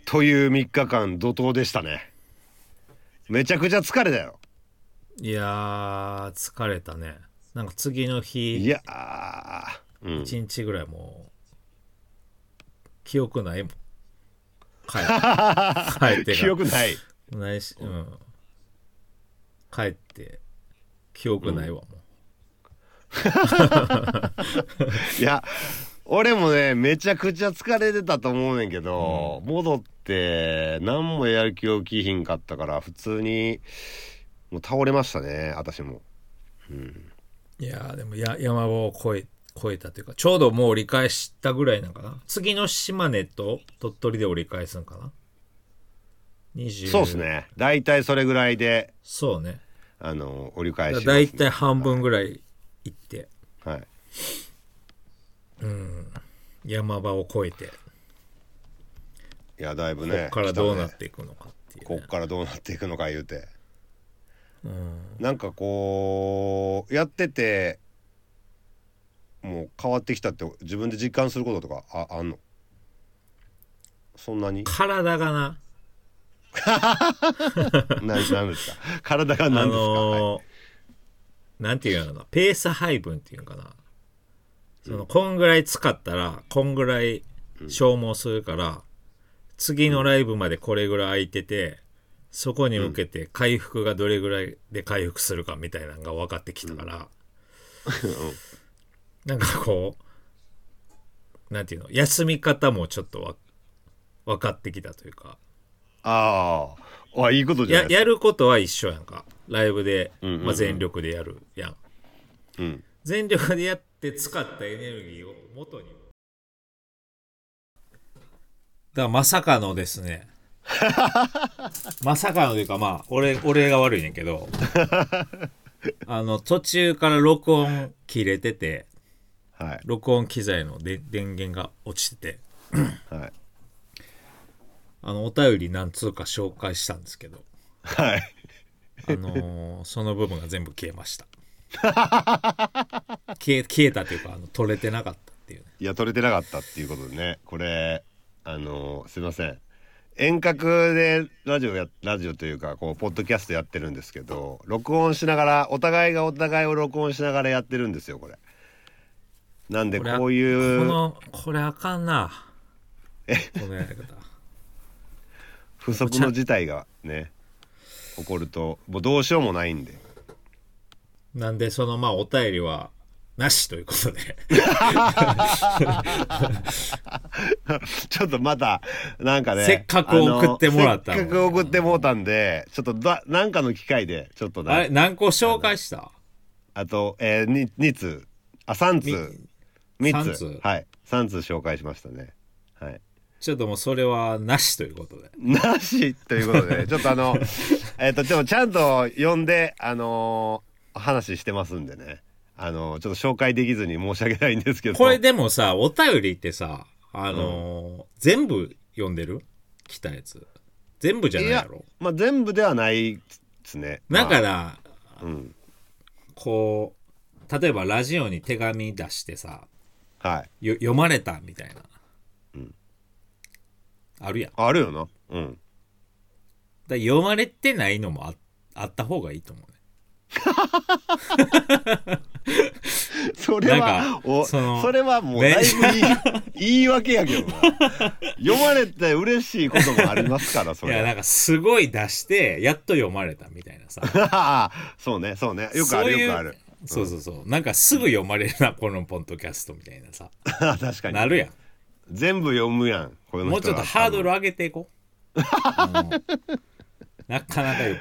S1: という3日間怒涛でしたねめちゃくちゃ疲れたよ
S3: いやー疲れたねなんか次の
S1: い
S3: 日
S1: やーうん
S3: 1日ぐらいもう記憶ないもん 帰って帰って
S1: 記憶ない
S3: がないし、うん、帰って記憶ないわも
S1: いや俺もねめちゃくちゃ疲れてたと思うねんけど、戻って何もやる気を起きひんかったから普通にもう倒れましたね私も
S3: ういやーでもや山場を越え越えたというかちょうどもう折り返したぐらいなんかな次の島根と鳥取で折り返すんかな20
S1: そうですね大体それぐらいで
S3: そうね
S1: あの折り返します、ね、
S3: だいたい半分ぐらい行って
S1: はい
S3: 山場を越えて
S1: いやだいぶ
S3: こ
S1: ね
S3: っからどうなっ
S1: 来たね
S3: ていくのかっていう、
S1: こ
S3: ね
S1: っからどうなっていくのか言うて、なんかこうやっててもう変わってきたって自分で実感することとかああんのそんなに
S3: 体がな
S1: ななんですか体が何ですか、
S3: あ
S1: はい
S3: のーなんていうのかなペース配分っていうのかなそのこんぐらい使ったらこんぐらい消耗するから、次のライブまでこれぐらい空いててそこに向けて回復がどれぐらいで回復するかみたいなのが分かってきたから、なんかこうなんていうの休み方もちょっとわ分かってきたというか
S1: あーあいいことじゃな
S3: や
S1: いです
S3: やることは一緒やんかライブで、
S1: んうんうん
S3: まあ、全力でやるやん、
S1: うん
S3: 全力でやって使ったエネルギーを元にだからまさかので すねまさかのというかまあ俺俺が悪いねんけどあの途中から録音切れてて
S1: かはい
S3: 録音機材ので電源が落ちてて
S1: はい
S3: あのお便り何通か紹介したんですけど
S1: はい
S3: あのーその部分が全部消えま した消え消えたというかあの取れてなかったっていうね
S1: いや取れてなかったっていうことでねこれあのすいません遠隔でラジオやラジオというかこうポッドキャストやってるんですけど録音しながらお互いがお互いを録音しながらやってるんですよこれなんで
S3: これは
S1: こうい
S3: こ
S1: う
S3: のこれあかんなこのやり方
S1: 不測の事態がね起こるともうどうしようもないんで
S3: なんでそのまあお便りはなしということで
S1: ちょっとまたなんかね
S3: せっかく送ってもらった
S1: あのせ
S3: のに
S1: っかく送ってもらったんでちょっとだなんかの機会でちょっと
S3: あ
S1: な
S3: れ何個紹介した
S1: あと、えー、に2通あ3通3
S3: 三
S1: つ
S3: 通
S1: はい3通紹介しましたねはい
S3: ちょっともうそれはなしということで
S1: なしということ で、ちょっとあの、えっと、でもちゃんと呼んで、あのー話してますんでね。あのーちょっと紹介できずに申し訳ないんですけど。
S3: これでもさお便りってさあのー全部読んでる来たやつ全部じゃないやろ
S1: まあ、全部ではないですね。
S3: だか
S1: まあ、
S3: ら、
S1: ん
S3: こう例えばラジオに手紙出してさ
S1: はい。
S3: よ読まれたみたいな、あるやんだか
S1: あるよな。うん。
S3: ら読まれてないのもああった方がいいと思うね
S1: それ
S3: なん
S1: は
S3: か、
S1: お、
S3: その
S1: それはもうだいぶ いい言い訳やけどな。読まれて嬉しいこともありますから、そ
S3: いやな
S1: れ。
S3: んかすごい出してやっと読まれたみたい なさ
S1: そうね、そうね。よくあ
S3: そう
S1: る、
S3: いう
S1: よくある。
S3: そうそうそうなんかすぐ読まれるな、このポッドキャストみたいなさ
S1: 確かに。
S3: なるやん
S1: 全部読むやん。この人
S3: もうちょっと
S1: は
S3: ハードル上げていこう。なかなかよ。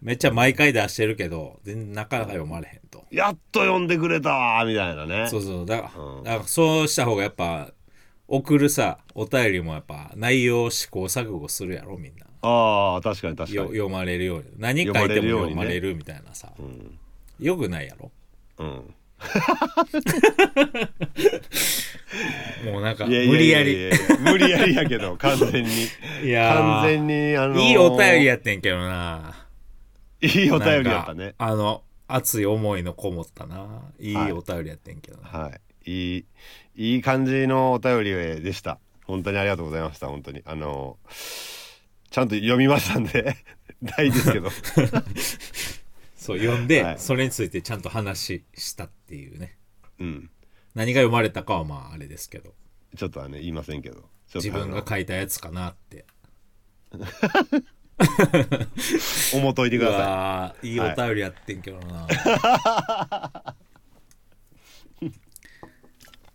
S3: めっちゃ毎回出してるけど、全然なかなか読まれへんと。
S1: やっと読んでくれたわみたいなね
S3: そうそう。だから、だからそうした方がやっぱ、送るさ、お便りもやっぱ、内容試行錯誤するやろ、みんな。
S1: ああ確かに確か
S3: よ
S1: に
S3: 読まれるように。何書いても読まれるみたいなさ。よくないやろ。
S1: うん
S3: もうなんか、無
S1: いやいやい
S3: 理や
S1: やい
S3: り。
S1: や無理やりやけど完全 に
S3: いやー
S1: 完全にあのー
S3: いいお便りやってんけどな。
S1: いいお便り
S3: なん
S1: やっ
S3: か
S1: たね
S3: あの、熱い思いのこもったな。いいお便りやってんけどな。
S1: はいいいいい感じのお便りでした本当にありがとうございました本当にあのーちゃんと読みましたんで ないです けど
S3: そう読んで、
S1: はい
S3: それについてちゃんと話したっていうね
S1: うん
S3: 何が読まれたかはまああれですけど
S1: ちょっとはね言いませんけどちょっと
S3: 自分
S1: あ
S3: が
S1: の
S3: 書いたやつかなって
S1: 思っといて
S3: う
S1: くださ
S3: わーいいお便りやってんけど な、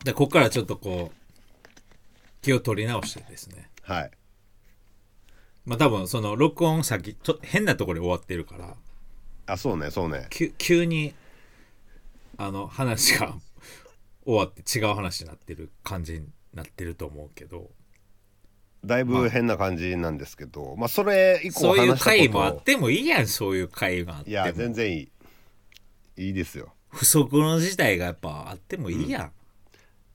S3: でここからちょっとこう気を取り直してですね
S1: いはい
S3: まあ多分その録音先ちょ変なところで終わってるから
S1: あそうねそうね
S3: 急急にあの話が 終わって違う話になってる感じになってると思うけど
S1: だいぶ変な感じなんですけど、まあ、それ以降
S3: そういう
S1: 話したこと
S3: 回もあってもいいやん、そういう回があっ
S1: いや
S3: ても。
S1: 全然いいいいですよ
S3: 不足の事態がやっぱあってもいいやん。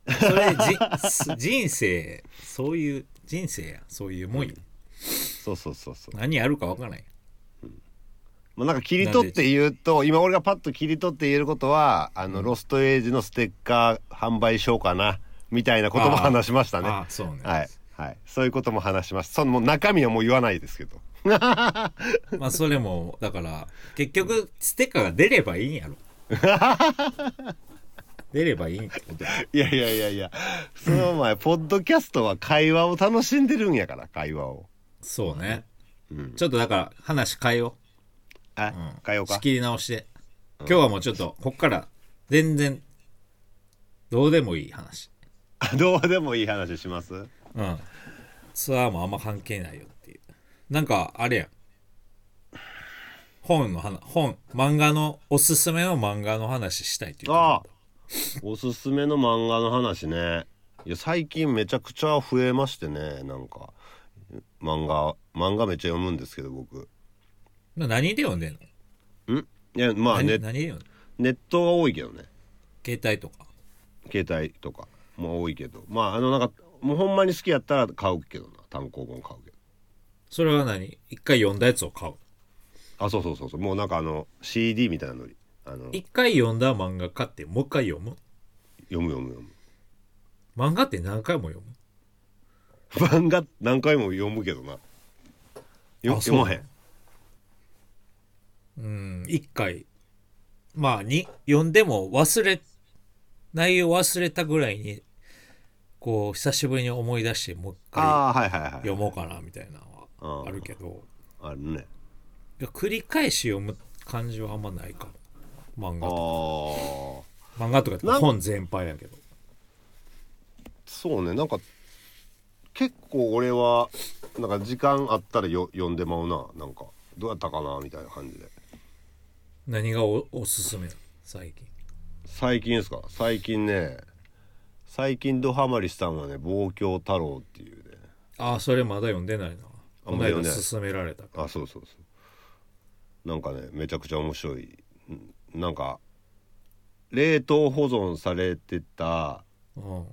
S3: それじす 人生、そういう人生やん。そういうもんや。
S1: そうそうそうそう、
S3: 何やるかわからない。
S1: まあ、なんか切り取って言うと今俺がパッと切り取って言えることはあの、ロストエイジのステッカー販売しようかなみたいなことも
S3: あー
S1: 話しましたね
S3: あそうね。
S1: はいはいそういうことも話しましたそのもう中身はもう言わないですけど
S3: まあそれも、だから、結局、ステッカーが出ればいいん やろ。出ればいいんってことや
S1: いやいやいやいやその前ポッドキャストは会話を楽しんでるんやから会話を
S3: そうね。ちょっとだから、話変えよ
S1: あ、変えよう
S3: う。仕
S1: か
S3: 切り直して。今日はもうちょっと、こっから、全然、どうでもいい話。
S1: どうでもいい話します
S3: うん。ツアーもあんま関係ないよっていう。なんか、あれやん。本の話、本、漫画の、おすすめの漫画の話したいっていう。
S1: ああおすすめの漫画の話ねいや最近めちゃくちゃ増えましてねなんか漫画漫画めっちゃ読むんですけど僕
S3: な何で読んでんの
S1: んいやまあ
S3: 何
S1: ネ
S3: 何で読んでんの
S1: ネットは多いけどね
S3: 携帯とか。
S1: 携帯とかも多いけどまああのなんかもうほんまに好きやったら買うけどな単行本買うけど
S3: それは何一回読んだやつを買う。
S1: あそうそうそうそうもうなんかあの CD みたいなのにあの
S3: 一回読んだ漫画買って、もう一回読む。
S1: 読む読む読む
S3: 漫画って何回も読む。
S1: 漫画何回も読むけどなよ
S3: あそう
S1: 読まへん
S3: うん、一回。まあ、に、読んでも忘れ内容忘れたぐらいにこう久しぶりに思い出してもう一回
S1: ああはいはいはい
S3: 読もうかなみたいなの
S1: う
S3: は
S1: ん
S3: あるけど
S1: あるね
S3: いや繰り返し読む感じはあんまないかも漫
S1: あ
S3: 画と
S1: あ
S3: 漫画とかって
S1: なん
S3: 本全般やけど
S1: そうねなんか結構俺はなんか時間あったらよ読んでまうななんかどうやったかなみたいな感じで
S3: 何がおおすすめ最近
S1: 最近ですか最近ね最近ドハマりしたのはね「望郷太郎」っていうね
S3: ああそれまだ読んでないな
S1: あ
S3: こ
S1: んま
S3: の間
S1: 読んでない
S3: 勧められたから
S1: あそうそうそうなんかねめちゃくちゃ面白いんなんか冷凍保存されてた、
S3: うん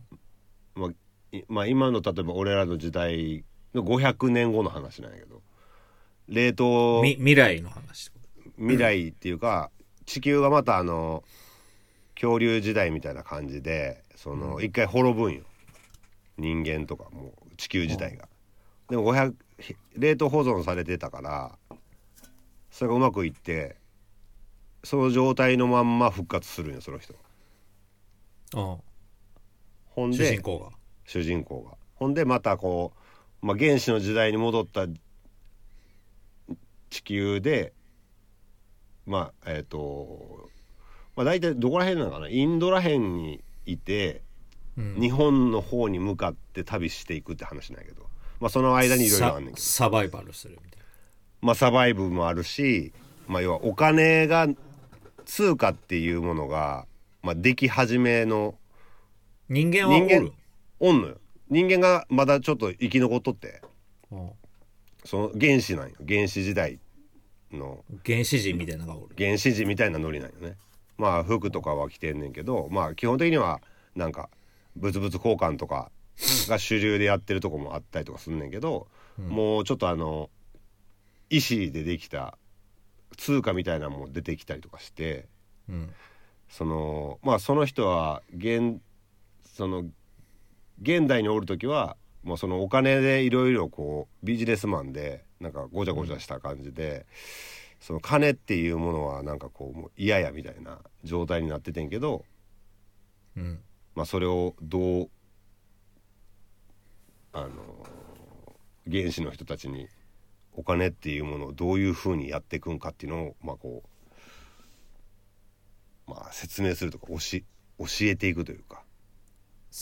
S1: まあいまあ、今の例えば俺らの時代の500年後の話なんやけど冷凍
S3: み未来の話ってこ
S1: 未来っていうか、地球がまたあの恐竜時代みたいな感じでその一回滅ぶんよ人間とかもう地球自体が。でも500ひ冷凍保存されてたからそれがうまくいってその状態のまんま復活するんよその人。
S3: とうん
S1: ほんで
S3: 主人公
S1: 主人公がほんでまたこう、まあ、原始の時代に戻った地球でまあえっ、と、まあ、大体どこら辺なのかなインドら辺にいて、
S3: うん
S1: 日本の方に向かって旅していくって話なんやけど、まあ、その間にいろいろあ
S3: が
S1: んねんけど
S3: ササバイバルするみたい
S1: まあ、サバイブもあるし、まあ、要はお金が通貨っていうものが、まあ、でき始めの
S3: な人間はお
S1: 人間
S3: る
S1: おんのよ人間がまだちょっと生き残っとって。
S3: うん
S1: その原始なんよ原始時代の
S3: 原始人みたいなのがおる
S1: 原始人みたいなノリなんよねまあ服とかは着てんねんけどまあ基本的にはなんか物々交換とかが主流でやってるとこもあったりとかすんねんけど、もうちょっとあの意思でできた通貨みたいなのも出てきたりとかして
S3: うん
S1: そのまあその人は現その現代におる時はもうそのお金でいろいろこうビジネスマンでなんかごちゃごちゃした感じで、その金っていうものはなんかこうもう嫌やみたいな状態になっててんけど、
S3: うん
S1: まあ、それをどうあの原始の人たちにお金っていうものをどういうふうにやっていくんかっていうのをまあこう、まあ、説明するとか教え教えていくというか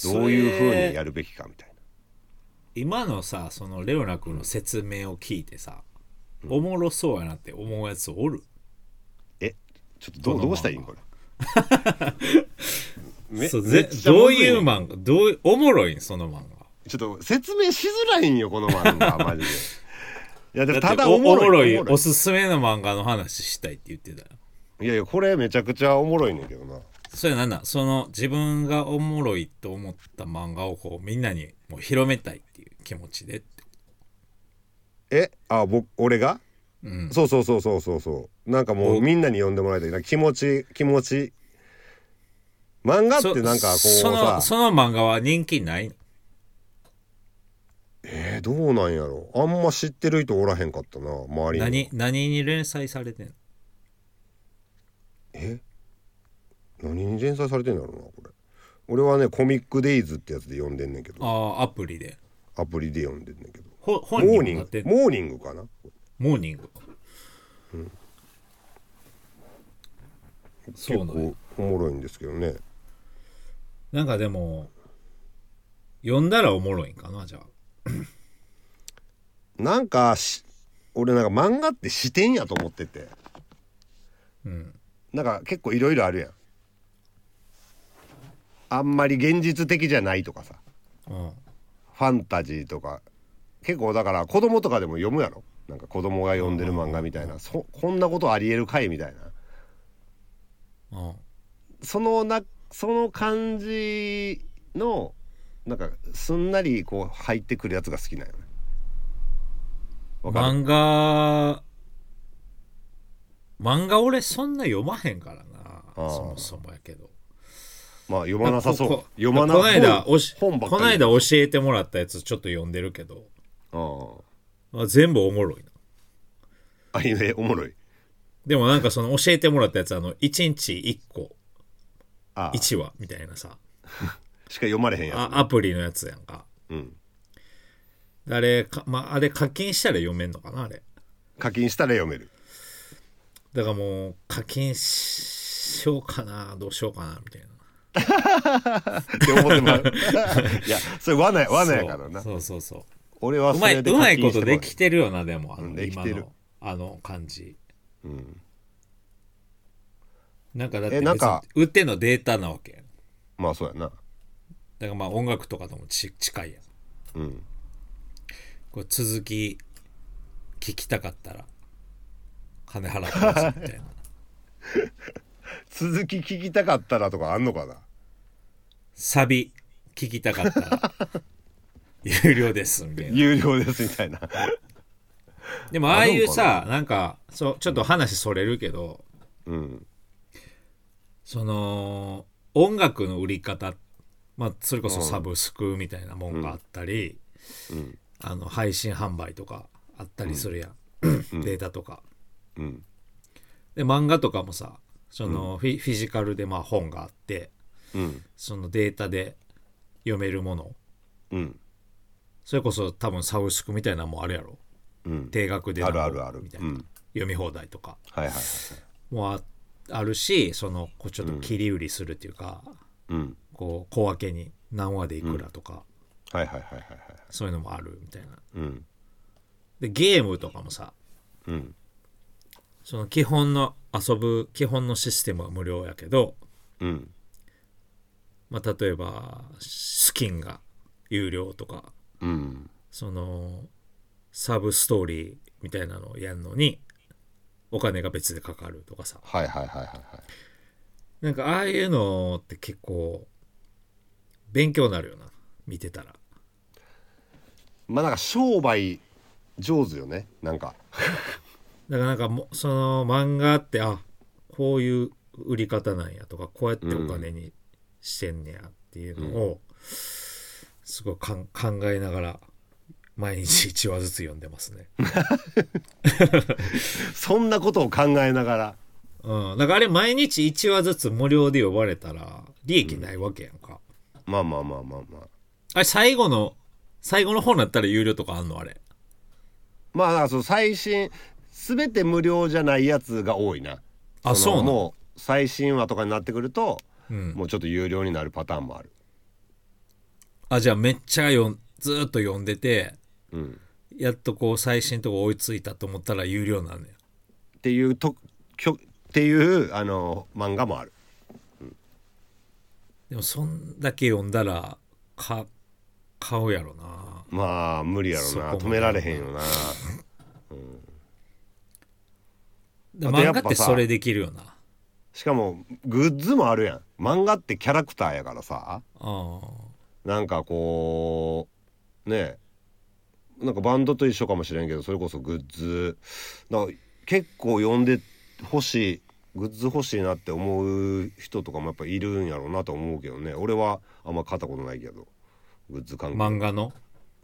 S1: どういうふうにや
S3: る
S1: るべきかみたいな。
S3: 今のさそのレオナ君の説明を聞いてさ、おもろそうやなって思うやつおる
S1: えちょっとどう
S3: この漫画
S1: どうしたらいいんこれめ
S3: そう
S1: めっ
S3: ぜ
S1: ちゃ
S3: どう
S1: むず
S3: いう
S1: ね
S3: 漫画どういうおもろいんその漫画
S1: ちょっと説明しづらいんよこの漫 画マジでいやでも
S3: だったて
S1: だ
S3: お
S1: お
S3: お
S1: も
S3: もろ
S1: ろ
S3: い
S1: い
S3: お
S1: おもろい
S3: すすめの漫画の話したいって言ってたよ
S1: いやいやこれめちゃくちゃおもろいねんけどな
S3: それなんだその自分がおもろいと思った漫画をこうみんなにもう広めたいっていう気持ちでって
S1: えあ僕俺が、
S3: うん
S1: そうそうそうそうそうそうなんかも
S3: お
S1: うみんなに読んでもらいたいな気持ち気持ち漫画っ
S3: そ
S1: てなんかこう
S3: その
S1: さ
S3: その漫画は人気ない
S1: えーどうなんやろあんま知ってる人おらへんかったな周りに
S3: 何何に連載されてんの
S1: 何に連載されてんだろうなこれ俺はねコミックデイズってやつで読んでんねんけど
S3: ああアプリで
S1: アプリで読んでんねんけど
S3: ほ本
S1: モー
S3: 人
S1: ニ
S3: に
S1: ン
S3: なって
S1: グ
S3: んの
S1: モーニングかな
S3: モーニング、そうなんや
S1: 結構おもろいんですけどね
S3: なんかでも読んだらおもろいんかなじゃあ
S1: なんかし俺なんか漫画って視点やと思ってて
S3: うん
S1: なんか結構いろいろあるやんあんまり現実的じゃないとかさ
S3: うん
S1: ファンタジーとか結構だから子供とかでも読むやろなんか子供が読んでる漫画みたいなそこんなことありえるかいみたいな
S3: うん
S1: そのなその感じのなんかすんなりこう入ってくるやつが好きなんよねわかる
S3: 漫画漫画俺そんな読まへんからな
S1: あー
S3: そもそもやけど
S1: まあ読まなさそう
S3: ここ
S1: 読まな
S3: この間
S1: 本
S3: おし
S1: 本ばっか
S3: こ
S1: り
S3: の間教えてもらったやつちょっと読んでるけど
S1: あ
S3: あ全部おもろいな
S1: あアニメおもろい
S3: でもなんかその教えてもらったやつあの1日1個
S1: ああし
S3: 1話みたいなさ
S1: か読まれへんや
S3: あアプリのやつやんか
S1: つ、うん、
S3: あれか、まあ、あれ課金したら読めんのかなあれ
S1: 課金したら読める
S3: だからもう課金ししようかなどうしようかなみたいな
S1: って思っても らういやそれ罠や罠やからな
S3: そうそうそうそう
S1: 俺は
S3: う
S1: そ
S3: まい
S1: れで
S3: うまいこ
S1: 課金して
S3: と
S1: もら
S3: できてるよなでもあの、
S1: うんでき
S3: 今
S1: てる
S3: のあの感じ
S1: ん
S3: なんかだって
S1: えなんか
S3: 別に売ってんのデータなわけ
S1: まあそうやな
S3: だからまあ音楽とかともち近いやん
S1: うん
S3: これ続き聞きたかったら金払ってますみたいな
S1: 続き聞きたかったらとかあんのかな
S3: サビ聞きたかったら 有料ですみたいな
S1: 有料ですみたいな
S3: でもああいう
S1: ある
S3: さなんかそうちょっと話それるけど、
S1: うん
S3: その音楽の売り方、まあ、それこそサブスクみたいなもんがあったり、
S1: ん
S3: あの配信販売とかあったりするやん、データとか
S1: うん
S3: で漫画とかもさそのフィ,、フィジカルでまあ本があって
S1: うん
S3: そのデータで読めるもの
S1: うん
S3: それこそ多分サブスクみたいなのもあるやろ
S1: うん
S3: 定額で
S1: あるあるある
S3: みたいうなん読み放題とか
S1: はいはいはい
S3: もああるしそのこうちょっと切り売りするっていうか、
S1: うん
S3: こう小分けに何話でいくらとか。
S1: はいはいはいはいはい
S3: そういうのもあるみたいな。
S1: うん
S3: で、ゲームとかもさ、
S1: うん
S3: その基本の遊ぶ基本のシステムは無料やけど、
S1: うん
S3: まあ、例えばスキンが有料とか、
S1: うん
S3: そのサブストーリーみたいなのをやるのに、お金が別でかかるとかさ。
S1: はいはいはいはいはい
S3: なんかああいうのって結構勉強になるよな。見てたら。
S1: まあなんか商売上手よねなんか
S3: だからなんかもうその漫画ってあこういう売り方なんやとかこうやってお金にしてんねやっていうのを、すごいかん考えながら毎日1話ずつ読んでますね。
S1: そんなことを考えながら
S3: うん、だからあれ毎日1話ずつ無料で呼ばれたら利益ないわけやんか。
S1: まあまあまあまあまあ
S3: あれ最後の最後の方になったら有料とかあんのあれ。
S1: まあなんかその最新全て無料じゃないやつが多いな
S3: あ
S1: その
S3: そうなの
S1: もう最新話とかになってくると、
S3: ん
S1: もうちょっと有料になるパターンもある
S3: あじゃあめっちゃよんずーっと読んでて
S1: うん
S3: やっとこう最新とこ追いついたと思ったら有料なんねや。
S1: っていうときょっていうあの漫画もある
S3: でもそんだけ読んだらか買うやろな
S1: まあ無理やろ
S3: そこ
S1: な
S3: も
S1: 止められへんよな
S3: で
S1: あとや
S3: 漫
S1: っぱさ
S3: 画ってそれできるよな
S1: しかもグッズもあるやん漫画ってキャラクターやからさ
S3: あ
S1: なんかこうねえなんかバンドと一緒かもしれんけどそれこそグッズなんか結構呼んでほしいグッズ欲しいなって思う人とかもやっぱいるんやろうなと思うけどね俺はあんま買ったことないけどグッズ関係
S3: 漫画の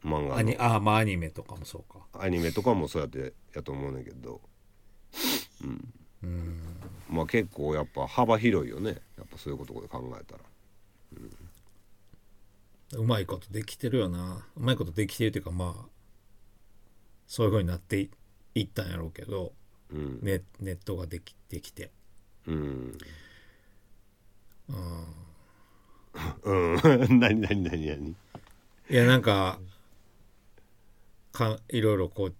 S1: 漫画
S3: ア
S1: の
S3: ニあまあアニメとかもそうか
S1: アニメとかもそうやってやと思うねんだけどうんまあ結構やっぱ幅広いよねやっぱそういうことで考えたら
S3: うまいことできてるよなうまいことできてるっていうかまあそういうふうになっていいったんやろうけど、
S1: うん
S3: ネネットができできて
S1: うんうん 何何何何
S3: いやなんかかいろいろこう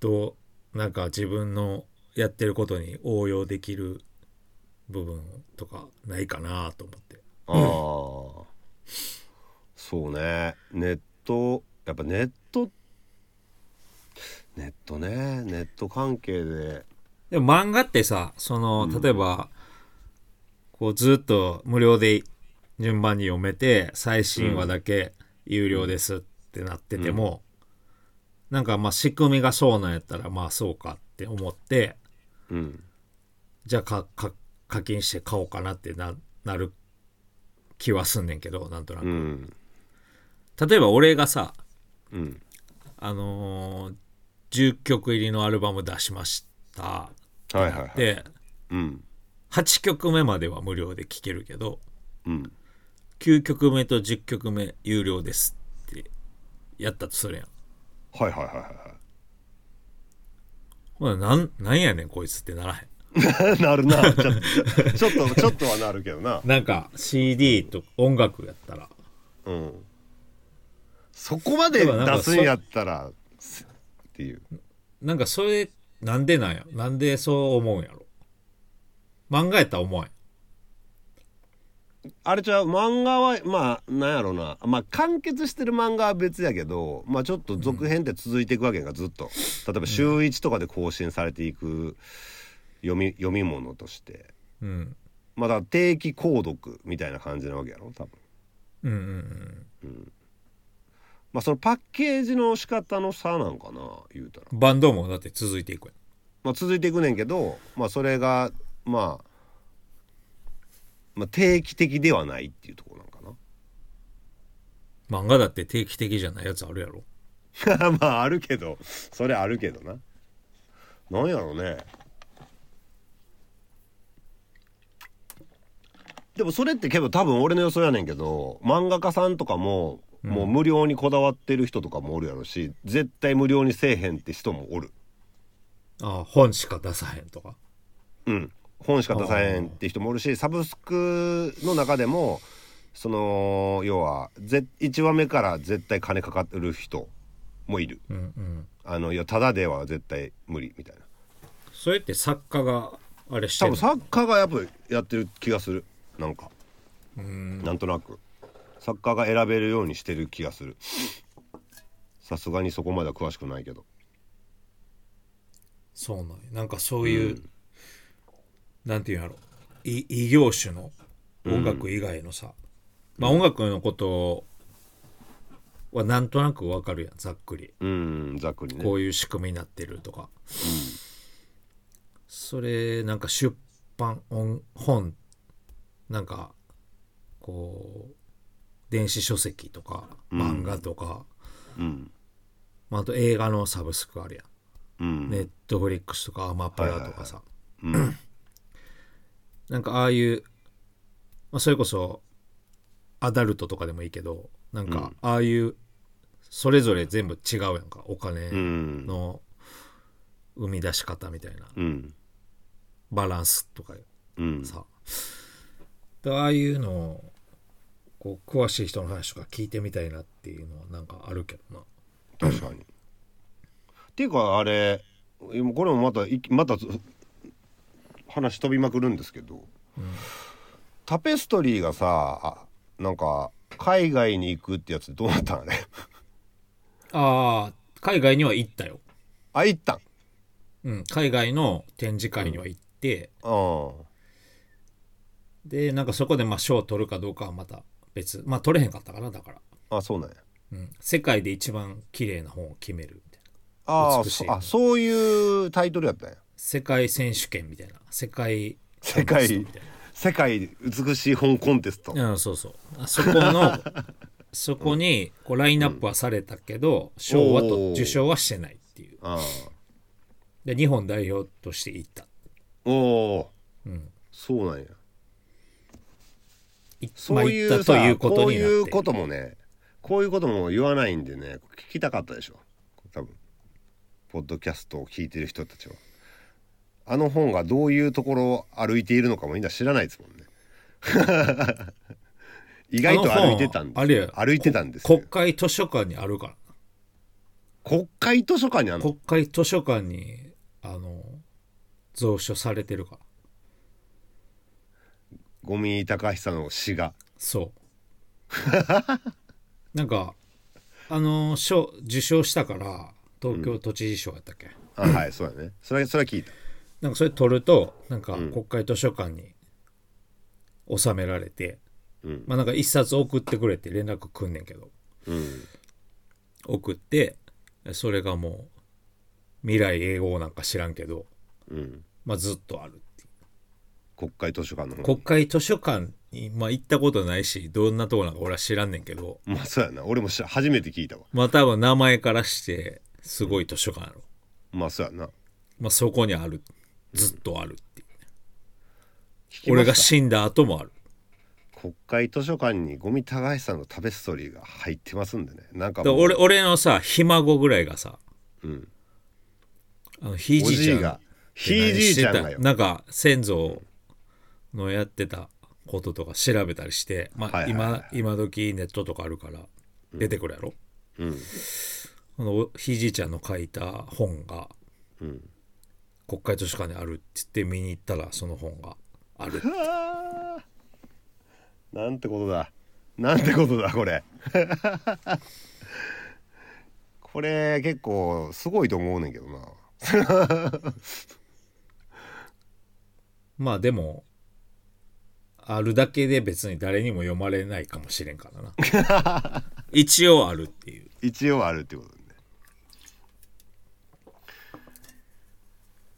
S3: どうなんか自分のやってることに応用できる部分とかないかなと思って
S1: ああ、そうねネットやっぱネットネットねネット関係で
S3: でも漫画ってさその例えば、こうずっと無料で順番に読めて最新話だけ有料ですってなってても、なんかまあ仕組みがそうなんやったらまあそうかって思って
S1: うん
S3: じゃあかか課金して買おうかなってななる気はすんねんけどなんとなく、
S1: うん
S3: 例えば俺がさ
S1: うん
S3: あのー10曲入りのアルバム出しました
S1: はいはいはい
S3: で
S1: うん
S3: 8曲目までは無料で聴けるけど
S1: うん
S3: 9曲目と10曲目有料ですってやったとそれやん
S1: はいはいはいは
S3: ほななんなんやねんこいつってならへ
S1: い
S3: ん
S1: はいなるなちょっとちょっとちょっとはなるけどな
S3: なんか CD と音楽やったら
S1: うんそこまで出すんやったらすっていう
S3: なんかそれなんでなんやなんでそう思うんやろ漫画やったら思わん
S1: あれちゃう漫画はまあなんやろなまあ完結してる漫画は別やけどまあちょっと続編って続いていくわけがずっと例えば週1とかで更新されていく読み読み物として
S3: うん
S1: まあだから定期購読みたいな感じなわけやろ多分
S3: うんうんうん
S1: まあそのパッケージの仕方の差なんかな言うたら
S3: バンドもだって続いていくやん
S1: まあ続いていくねんけどまあそれがまあまあ定期的ではないっていうところなんかな
S3: 漫画だって定期的じゃないやつあるやろ
S1: まああるけどそれあるけどななんやろうねでもそれってけど多分俺の予想やねんけど漫画家さんとかも、もう無料にこだわってる人とかもおるやろし絶対無料にせえへんって人もおる
S3: ああ本しか出さへんとか
S1: うん本しか出さへんって人もおるしサブスクの中でもその要はぜ1話目から絶対金かかってる人もいる
S3: うんうん
S1: あのいやただでは絶対無理みたいな
S3: それって作家があれして
S1: 多
S3: ん
S1: 分
S3: の
S1: サッカーがやっぱやってる気がするなんかなんとなくサッカーが選べるようにしてる気がするさすがにそこまでは詳しくないけど
S3: そうなんやなんかそういう、なんていうんやろい異業種の音楽以外のさ、まあ音楽のことはなんとなくわかるやんざっくり
S1: うんざっくりね
S3: こういう仕組みになってるとか、それなんか出版音本なんかこう電子書籍とか漫画とか、
S1: うん
S3: まあ、あと映画のサブスクあるやん
S1: うん、
S3: ネットフリックスとかアマプラとかさ、 なんかああいう、まあ、それこそアダルトとかでもいいけどなんかああいうそれぞれ全部違うやんかお金
S1: うん
S3: の生み出し方みたいな
S1: うん
S3: バランスとか
S1: うん
S3: さ、でああいうのをこう詳しい人の話とか聞いてみたいなっていうのはなんかあるけどな
S1: 確かにっていうかあれ今これもまたいまた話飛びまくるんですけど、タペストリーがさあなんか海外に行くってやつどうなったんあれ
S3: ああ海外には行ったよ、
S1: あ行ったん
S3: うん、海外の展示会には行って、
S1: うん
S3: でなんかそこでまあ賞を取るかどうかはまた別まあ取れへんかったかなだから、
S1: あそうなんや
S3: うん、世界で一番綺麗な本を決めるみたいな
S1: あー
S3: 美しい
S1: そあそういうタイトルやったんや
S3: 世界選手権みたいな世界
S1: 世
S3: コンテスト
S1: 界
S3: みたい
S1: 世界美しい本コンテスト、
S3: なうんそうそうあそこ のそこにこうラインナップはされたけど賞は
S1: お
S3: と
S1: ー
S3: 受賞はしてないっていう
S1: ああ
S3: で日本代表として行った
S1: おお、そうなんや
S3: い
S1: そういう
S3: まあ、行った
S1: さ、
S3: ということ
S1: こう
S3: になって
S1: いうこともねこういうことも言わないんでね聞きたかったでしょ多分ポッドキャストを聞いてる人たちはあの本がどういうところを歩いているのかもみんな知らないです もんね意外と歩いてたんです
S3: あの本あれや
S1: 歩いてたんですよ
S3: 国会図書館にあるから
S1: 国会図書館にあんの
S3: 国会図書館にあの蔵書されてるから
S1: ゴミ高久の詩が
S3: そう なんかあの賞受賞したから東京都知事賞やったっけ、
S1: あはいそうだねそれそれは聞いた
S3: なんかそれ取るとなんか国会図書館に収められて、
S1: うん
S3: まあなんか一冊送ってくれって連絡くんねんけど
S1: うん
S3: 送ってそれがもう未来英語なんか知らんけど、
S1: うん
S3: まあ、ずっとあるっていう
S1: 国会図書館の本
S3: 国会図書館に、まあ、行ったことないしどんなとこなんか俺は知らんねんけど
S1: まあそうやな俺もし初めて聞いたわ
S3: まあ多分名前からしてすごい図書館やろ、
S1: まあそうやな
S3: まあ、そこにあるずっとあるってい
S1: 聞
S3: う
S1: きました
S3: 俺が死んだ後もある
S1: 国会図書館にゴミ高橋さんのタペストリーが入ってますんでねなんか
S3: だ
S1: もう
S3: 俺俺のさひ孫ぐらいがさ、
S1: ん
S3: あのひい
S1: お
S3: じいち
S1: じ
S3: ゃ
S1: い
S3: ん
S1: が
S3: って
S1: ひいじいちゃん
S3: 何
S1: が
S3: し
S1: よ
S3: てたなんか先祖のやってたこととか調べたりして、まあ
S1: はいはいはい
S3: 今今時ネットとかあるから出てくるやろ、このおひいじいちゃんの書いた本が、国会図書館にあるって言って見に行ったらその本がある
S1: あーなんてことだなんてことだこれ これ結構すごいと思うねんけどな
S3: まあでもあるだけで別に誰にも読まれないかもしれんからな一応あるっていう
S1: 一応あるってことね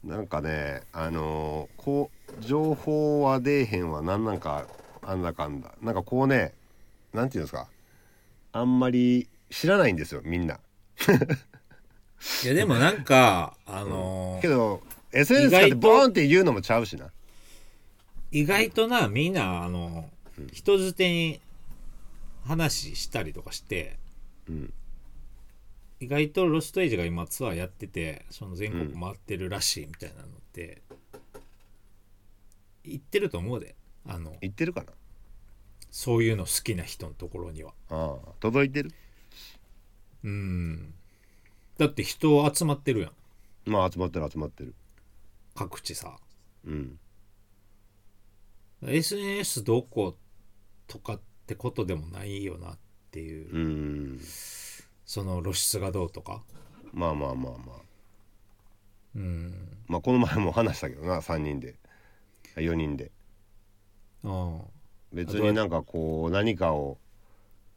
S1: なんかねあのーこう情報は出えへんはなんなんかあんだかんだなんかこうねなんていうんですかあんまり知らないんですよみんない
S3: やでもなんかあのー
S1: けど SNS 使ってボーンって言うのもちゃうしな
S3: 意外となみんなあの人づてに話したりとかして、
S1: ん
S3: 意外とロストエイジが今ツアーやっててその全国回ってるらしいみたいなのって、言ってると思うであの
S1: 言ってるかな
S3: そういうの好きな人のところには
S1: ああ届いてる
S3: うんだって人集まってるやん
S1: まあ集まってる集まってる
S3: 各地さ
S1: うん、
S3: SNS どうこうとかってことでもないよなっていう、
S1: うん、
S3: その露出がどうとか
S1: まあまあまあまあ
S3: うん
S1: まあこの前も話したけどな3人で4人で
S3: うん
S1: 別になんかこう何かを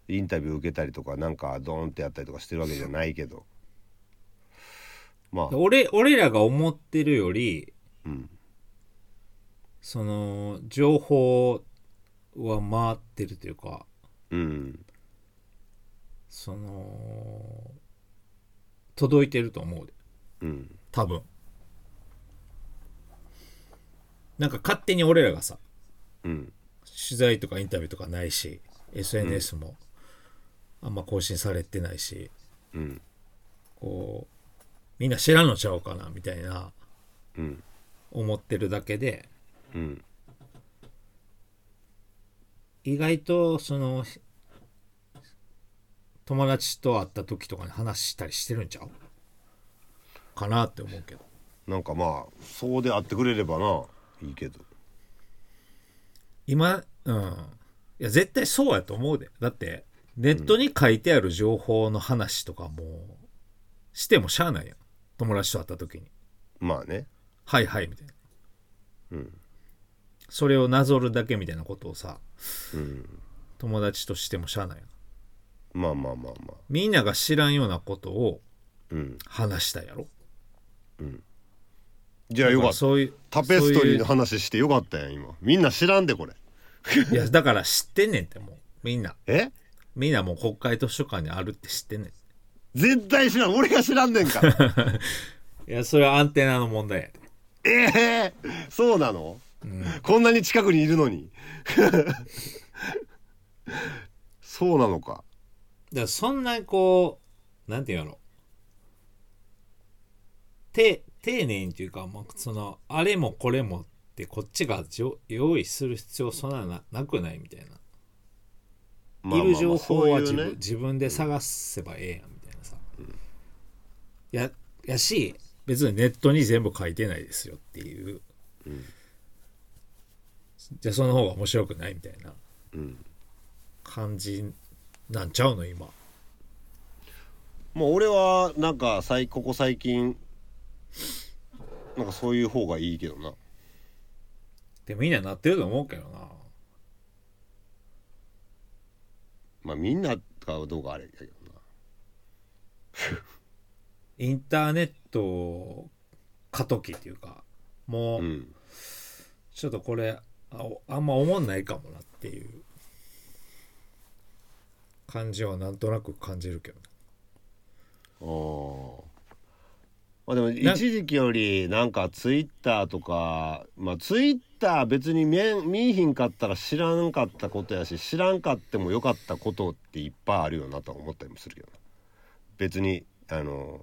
S1: インタビュー受けたりとかなんかドーンってやったりとかしてるわけじゃないけどまあ
S3: 俺俺らが思ってるより、
S1: うん
S3: その情報は回ってるというか
S1: うん
S3: その届いてると思うで
S1: うん
S3: 多分なんか勝手に俺らがさ
S1: うん
S3: 取材とかインタビューとかないし SNS もあんま更新されてないし、
S1: うん
S3: こうみんな知らんのちゃうかなみたいな
S1: うん
S3: 思ってるだけで
S1: うん
S3: 意外とその友達と会った時とかに話したりしてるんちゃうかなって思うけど
S1: なんかまあそうであってくれればないいけど
S3: 今うんいや絶対そうやと思うでだってネットに書いてある情報の話とかもうしてもしゃあないやん友達と会った時に
S1: まあね
S3: 「はいはい」みたいな、それをなぞるだけみたいなことをさ、友達としてもしゃあないやん
S1: まあまあまあまあ
S3: みんなが知らんようなことを
S1: うん
S3: 話したやろ
S1: じゃあよかった
S3: そういう
S1: タペストリーの
S3: そ
S1: 話してよかったやん今みんな知らんでこれ
S3: ういういやだから知ってんねんってもうみんな
S1: え
S3: みんなもう国会図書館にあるって知ってんね
S1: 絶対知らん俺が知らんねんから
S3: んいやそれはアンテナの問題やで
S1: ええそうなの、こんなに近くにいるのにそうなのか
S3: だからそんなにこうなんて言うのて丁寧にというか、まあ、そのあれもこれもってこっちがじょ用意する必要そんなななくないみたいな、
S1: まあまあまあ
S3: いる情報は
S1: そ
S3: 自
S1: う
S3: 分
S1: いうね
S3: 自分で探せばええやんみたいなさ、ややし別にネットに全部書いてないですよっていう、じゃあその方が面白くないみたいな感じなんちゃうの今
S1: もう俺はなんか最ここ最近なんかそういう方がいいけどな
S3: でもみんななってると思うけどな
S1: まあみんなかどうかあれやけどな
S3: インターネット過渡期っていうかも
S1: う
S3: うんちょっとこれあおあんま思んないかもなっていう感じはなんとなく感じるけどね
S1: あーまあでも一時期よりなんかツイッターとかまあツイッター別に見えん見えひんかったら知らんかったことやし知らんかってもよかったことっていっぱいあるよなとは思ったりもするけどな別にあの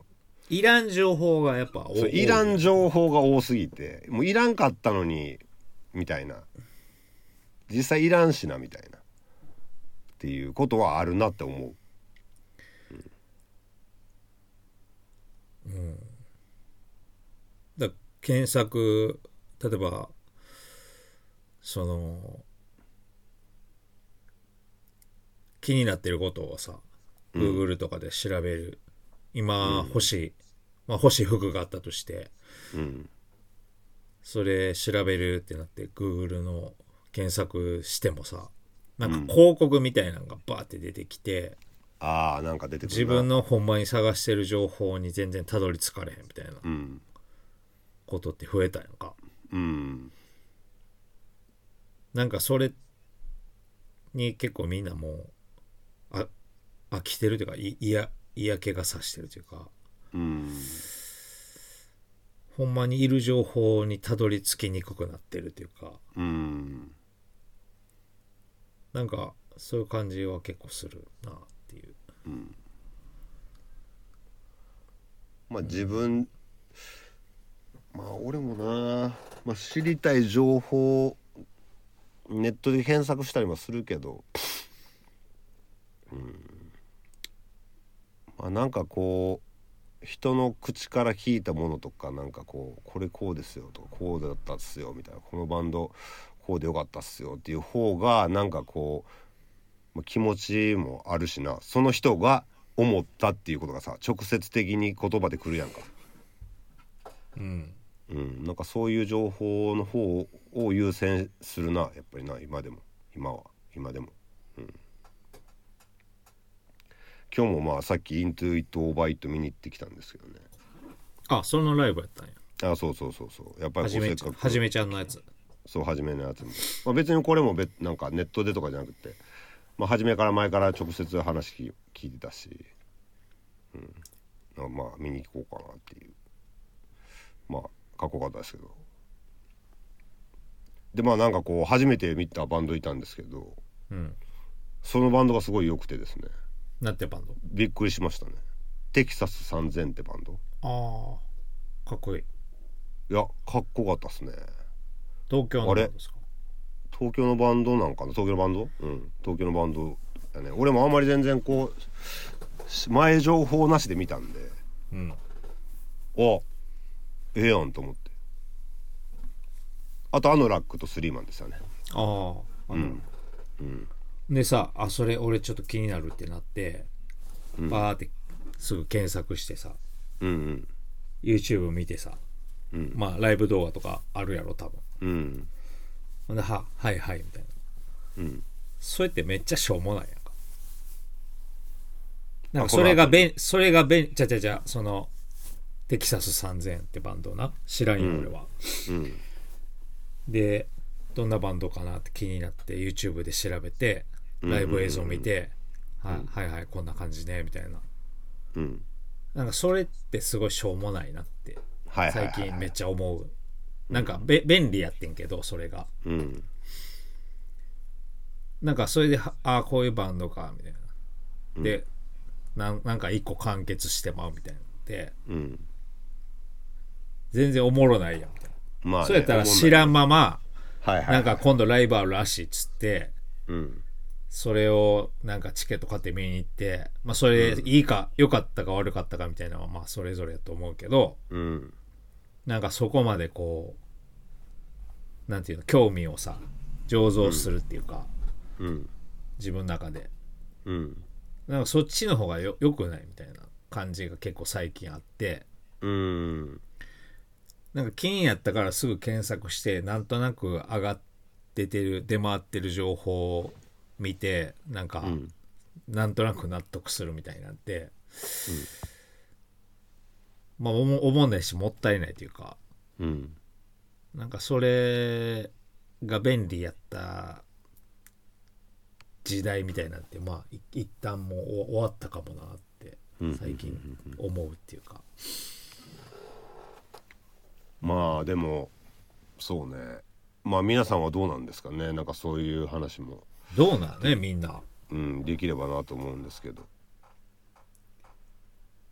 S3: いらん情報がやっぱ多
S1: そういらん情報が多すぎてもういらんかったのにみたいな実際いらんしなみたいなっていうことはあるなって思う
S3: だ検索例えばその気になってることをさ Google とかで調べる、今欲しい、まあ、欲しい服があったとして、それ調べるってなって Google の検索してもさなんか広告みたいなのがバーって出てきて、
S1: ああなんか出てくるな
S3: 自分のほんまに探してる情報に全然たどり着かれへんみたいな
S1: うん
S3: ことって増えたやんか。
S1: うん
S3: なんかそれに結構みんなもうあ飽きてるというかい嫌嫌気がさしてるというか
S1: うん
S3: ほんまにいる情報にたどり着きにくくなってるというか
S1: うん
S3: なんかそういう感じは結構するなっていう
S1: まあ自分まあ俺もな、まあ、知りたい情報ネットで検索したりもするけどうんまあなんかこう人の口から聞いたものとかなんかこうこれこうですよとかこうだったっすよみたいなこのバンドこうでよかったっすよっていう方がなんかこうまあ気持ちもあるしなその人が思ったっていうことがさ直接的に言葉でくるやんか、
S3: うん
S1: うん、なんかそういう情報の方を優先するなやっぱりな今でも今は今でも、うん、今日もまあさっき「イントゥイット・オーバイト」見に行ってきたんですけどね
S3: あそのライブやったんや
S1: あそうそうそうそうやっぱ
S3: は
S1: りこ
S3: じ
S1: うせ
S3: め
S1: っ
S3: ちゃ
S1: か
S3: ん
S1: く
S3: はじめちゃんのやつ
S1: そう初めのやつも、まあ、別にこれも別なんかネットでとかじゃなくて、まあ、初めから前から直接話聞き聞いてたし、うん、まあ見に行こうかなっていうまあかっこよかったですけどでまあなんかこう初めて見たバンドいたんですけど
S3: うん
S1: そのバンドがすごい良くてですね
S3: なんてバンド
S1: びっくりしましたねテキサス3000ってバンド
S3: ああかっこいい
S1: いやかっこよかったっすね
S3: 東京のバンドですか
S1: 東京のバンドなんかな東京のバンドうん東京のバンドだね俺もあんまり全然こうし前情報なしで見たんで
S3: うん
S1: あええやんと思ってあとあのラックとスリーマンでしたね
S3: あーあの、でさあそれ俺ちょっと気になるってなって、バーってすぐ検索してさ
S1: うん
S3: YouTube 見てさ、まあライブ動画とかあるやろ多分
S1: うんうん
S3: ほんでははいはいみたいな、それってめっちゃしょうもないやんかなんか
S1: あ
S3: それが
S1: この後
S3: べんそれがべんちゃちゃちゃそのテキサス3000ってバンドな知らんよ俺は、
S1: うん
S3: でどんなバンドかなって気になって YouTube で調べてライブ映像見て、はいはいはいこんな感じねみたいな
S1: うん
S3: なんかそれってすごいしょうもないなって
S1: はいはい
S3: 最
S1: はい、
S3: 近めっちゃ思うなんかべ便利やってんけどそれが
S1: うん、
S3: なんかそれではああこういうバンドかみたいなで、なんなんか一個完結してまうみたいなで
S1: うん、
S3: 全然おもろないやんみたいな
S1: まあ、ね、
S3: そうやったら知
S1: ん
S3: らんまま
S1: はいはい
S3: なんか今度ライブあるらしいっつって
S1: うん
S3: それをなんかチケット買って見に行って、まあ、それでいいか良かったか悪かったかみたいなのはまあそれぞれやと思うけど
S1: うん
S3: なんかそこまでこうなんていうの興味をさ醸造するっていうか、
S1: うん
S3: 自分の中で
S1: うん
S3: なんかそっちの方がよ良くないみたいな感じが結構最近あって
S1: うん
S3: なんか気になったからすぐ検索してなんとなく上がっててる出回ってる情報を見てなんか、なんとなく納得するみたいになって、まあおも思わないしもったいないというか
S1: うん
S3: なんかそれが便利やった時代みたいなんてまあい一旦もうお終わったかもなって最近思うっていうか、
S1: まあでもそうねまあ皆さんはどうなんですかねなんかそういう話も、
S3: どうなんねみんな
S1: うん、できればなと思うんですけど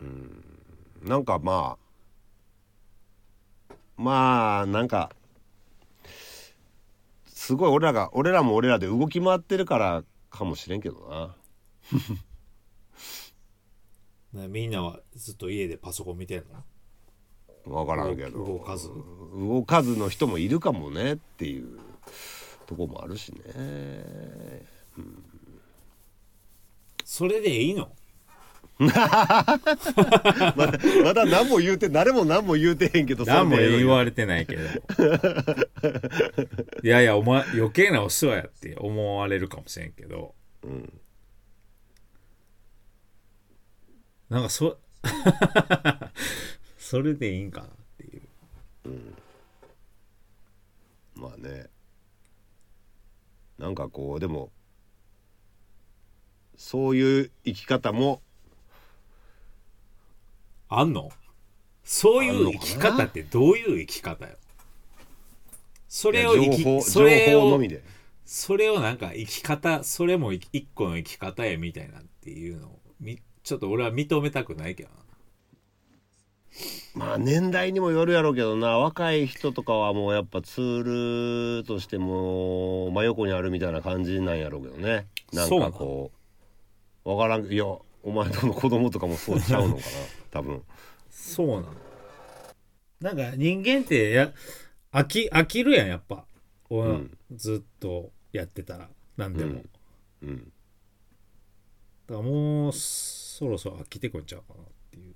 S1: うんなんかまあまあなんかすごい俺らが俺らも俺らで動き回ってるからかもしれんけどな
S3: ねみんなはずっと家でパソコン見てるの
S1: 分からんけど
S3: 動かず
S1: 動かずの人もいるかもねっていうとこもあるしね
S3: それでいいの
S1: まだまだ何も言うて誰も何も言うてへんけど
S3: 何も
S1: それでええ
S3: 言
S1: のに
S3: われてない けどいやいやお前余計なお世話やって思われるかもしれんけど、なんかそ それでいいんかなっていう
S1: まあねなんかこうでもそういう生き方も
S3: あんのそう
S1: あん
S3: い
S1: の
S3: う
S1: か
S3: 生
S1: な
S3: き方ってどういう生き方よそれを
S1: 情
S3: 生き
S1: 報
S3: それ
S1: 情報の
S3: を
S1: みで
S3: それをなんか生き方それも一一個の生き方やみたいなっていうのをみちょっと俺は認めたくないけどな
S1: まあ年代にもよるやろうけどな若い人とかはもうやっぱツールとしてもう真横にあるみたいな感じなんやろうけどねなん
S3: そうな
S1: か
S3: ん
S1: こうわからんいやお前の子供とかもそうちゃうのかな多分
S3: そうなのなんか人間ってや飽き飽きるやんやっぱ、俺
S1: うん
S3: ずっとやってたら何でも、
S1: うん
S3: だ
S1: うん
S3: からもうそろそろ飽きてこいちゃうかなっていう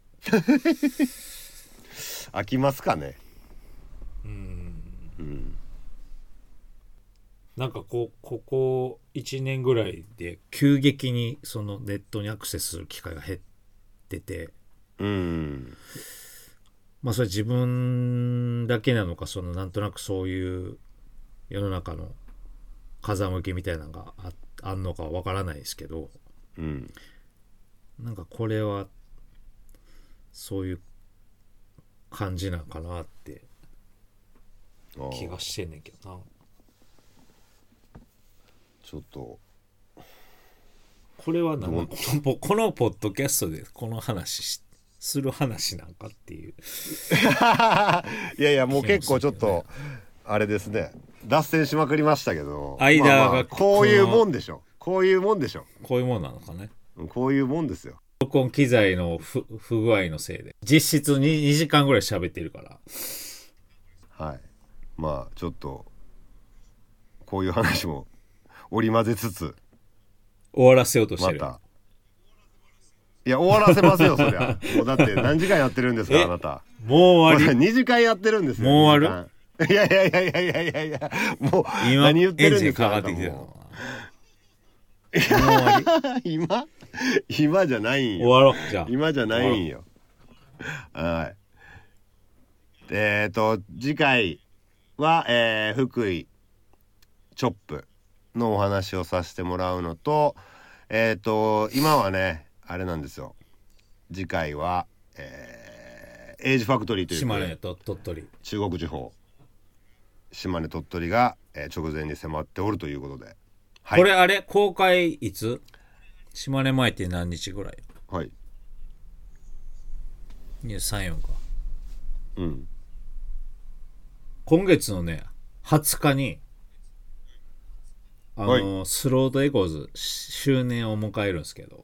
S1: 飽きますかね
S3: なんかこうここ1年ぐらいで急激にそのネットにアクセスする機会が減ってて
S1: うん
S3: まあそれ自分だけなのかそのなんとなくそういう世の中の風向きみたいなのがああんのかわからないですけど
S1: うん
S3: なんかこれはそういう感じなんかなって
S1: あー
S3: 気がしてんねんけどな
S1: ちょっと
S3: これはなんかこのポこのポッドキャストでこの話しする話なんかっていう
S1: いやいやもう結構ちょっとあれですね脱線しまくりましたけど
S3: 間が
S1: まあまあこういうもんでしょこういうもんでしょ
S3: こういうもんなのかね
S1: こういうもんですよ
S3: 録音機材の不不具合のせいで実質 2, 2時間ぐらい喋ってるから
S1: はいまあちょっとこういう話も織り交ぜつつ
S3: 終わらせようとして
S1: ま
S3: る、
S1: たいや終わらせますよそり ゃもうだって何時間やってるんですかあなた
S3: もう終 わり
S1: 2時間やってるんですよ
S3: もう終わ
S1: るいやいやいやいやいやいやいやもう
S3: 今
S1: 何言ってるん
S3: エンジ
S1: で
S3: ン
S1: すか
S3: かかってきてる
S1: あなたもう
S3: のかなもう終わり
S1: 今今じゃないん
S3: 終
S1: よ
S3: わろうじゃあ
S1: 今じゃないんよはいえっ、と次回は、えー福井チョップのお話をさせてもらうのとえっ、と今はねあれなんですよ次回は、えーエイジファクトリーという
S3: 島根と鳥取
S1: 中国地方島根鳥取が、えー直前に迫っておるということではい
S3: これあれ公開いつ島根前って何日ぐらい
S1: はい
S3: 234か
S1: うん
S3: 今月のね20日にあの、スロードエコーズ周年を迎えるんですけど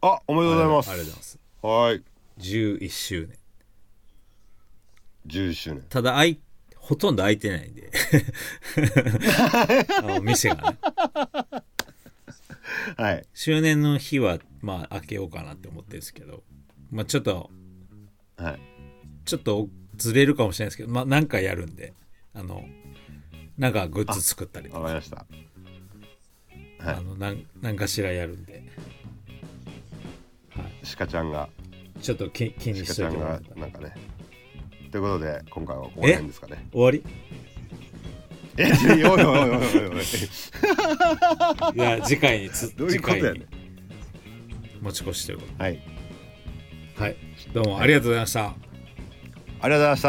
S1: あおめでとうございます
S3: ありがとうございます
S1: はい
S3: 11周年
S1: 10周年
S3: ただあいほとんど開いてない んであの店がね
S1: はい
S3: 周年の日はまあ開けようかなって思ってるんですけどまあちょっと
S1: はい
S3: ちょっとずれるかもしれないですけどまあなんかやるんであのなんかグッズ作ったりとか
S1: わかりました
S3: あのなんなんかしらやるんで
S1: 鹿ちゃんが
S3: ちょっとき気に
S1: 鹿
S3: し
S1: ち
S3: と
S1: ゃ
S3: いて
S1: ん
S3: もらっ
S1: が
S3: た
S1: なんかねということで今回はここら辺ですかね
S3: 終わり
S1: え おいおいおいおいおいおい
S3: いや次回に つ
S1: どういう
S3: 次
S1: こと
S3: 回
S1: やね
S3: に
S1: ん
S3: 持ち越しというこ
S1: はい
S3: とはいどうもありがとうございました、
S1: ありがとうございまし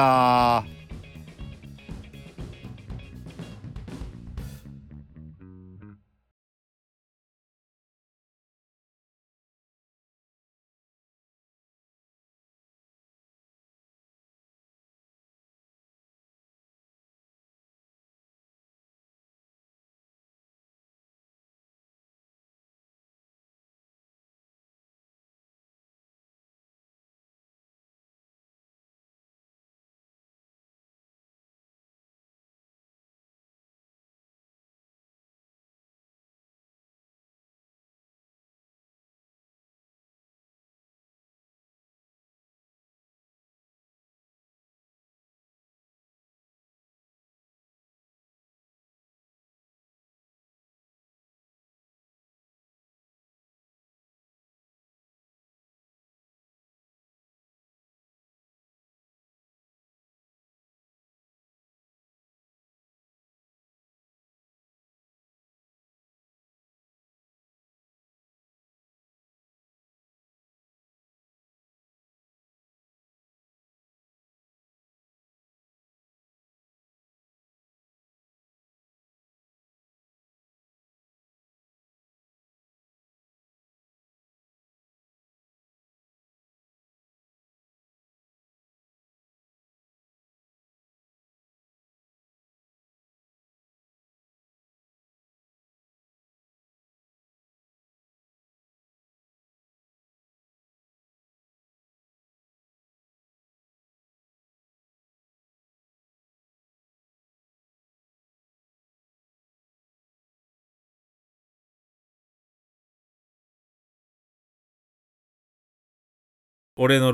S1: た。
S3: 俺の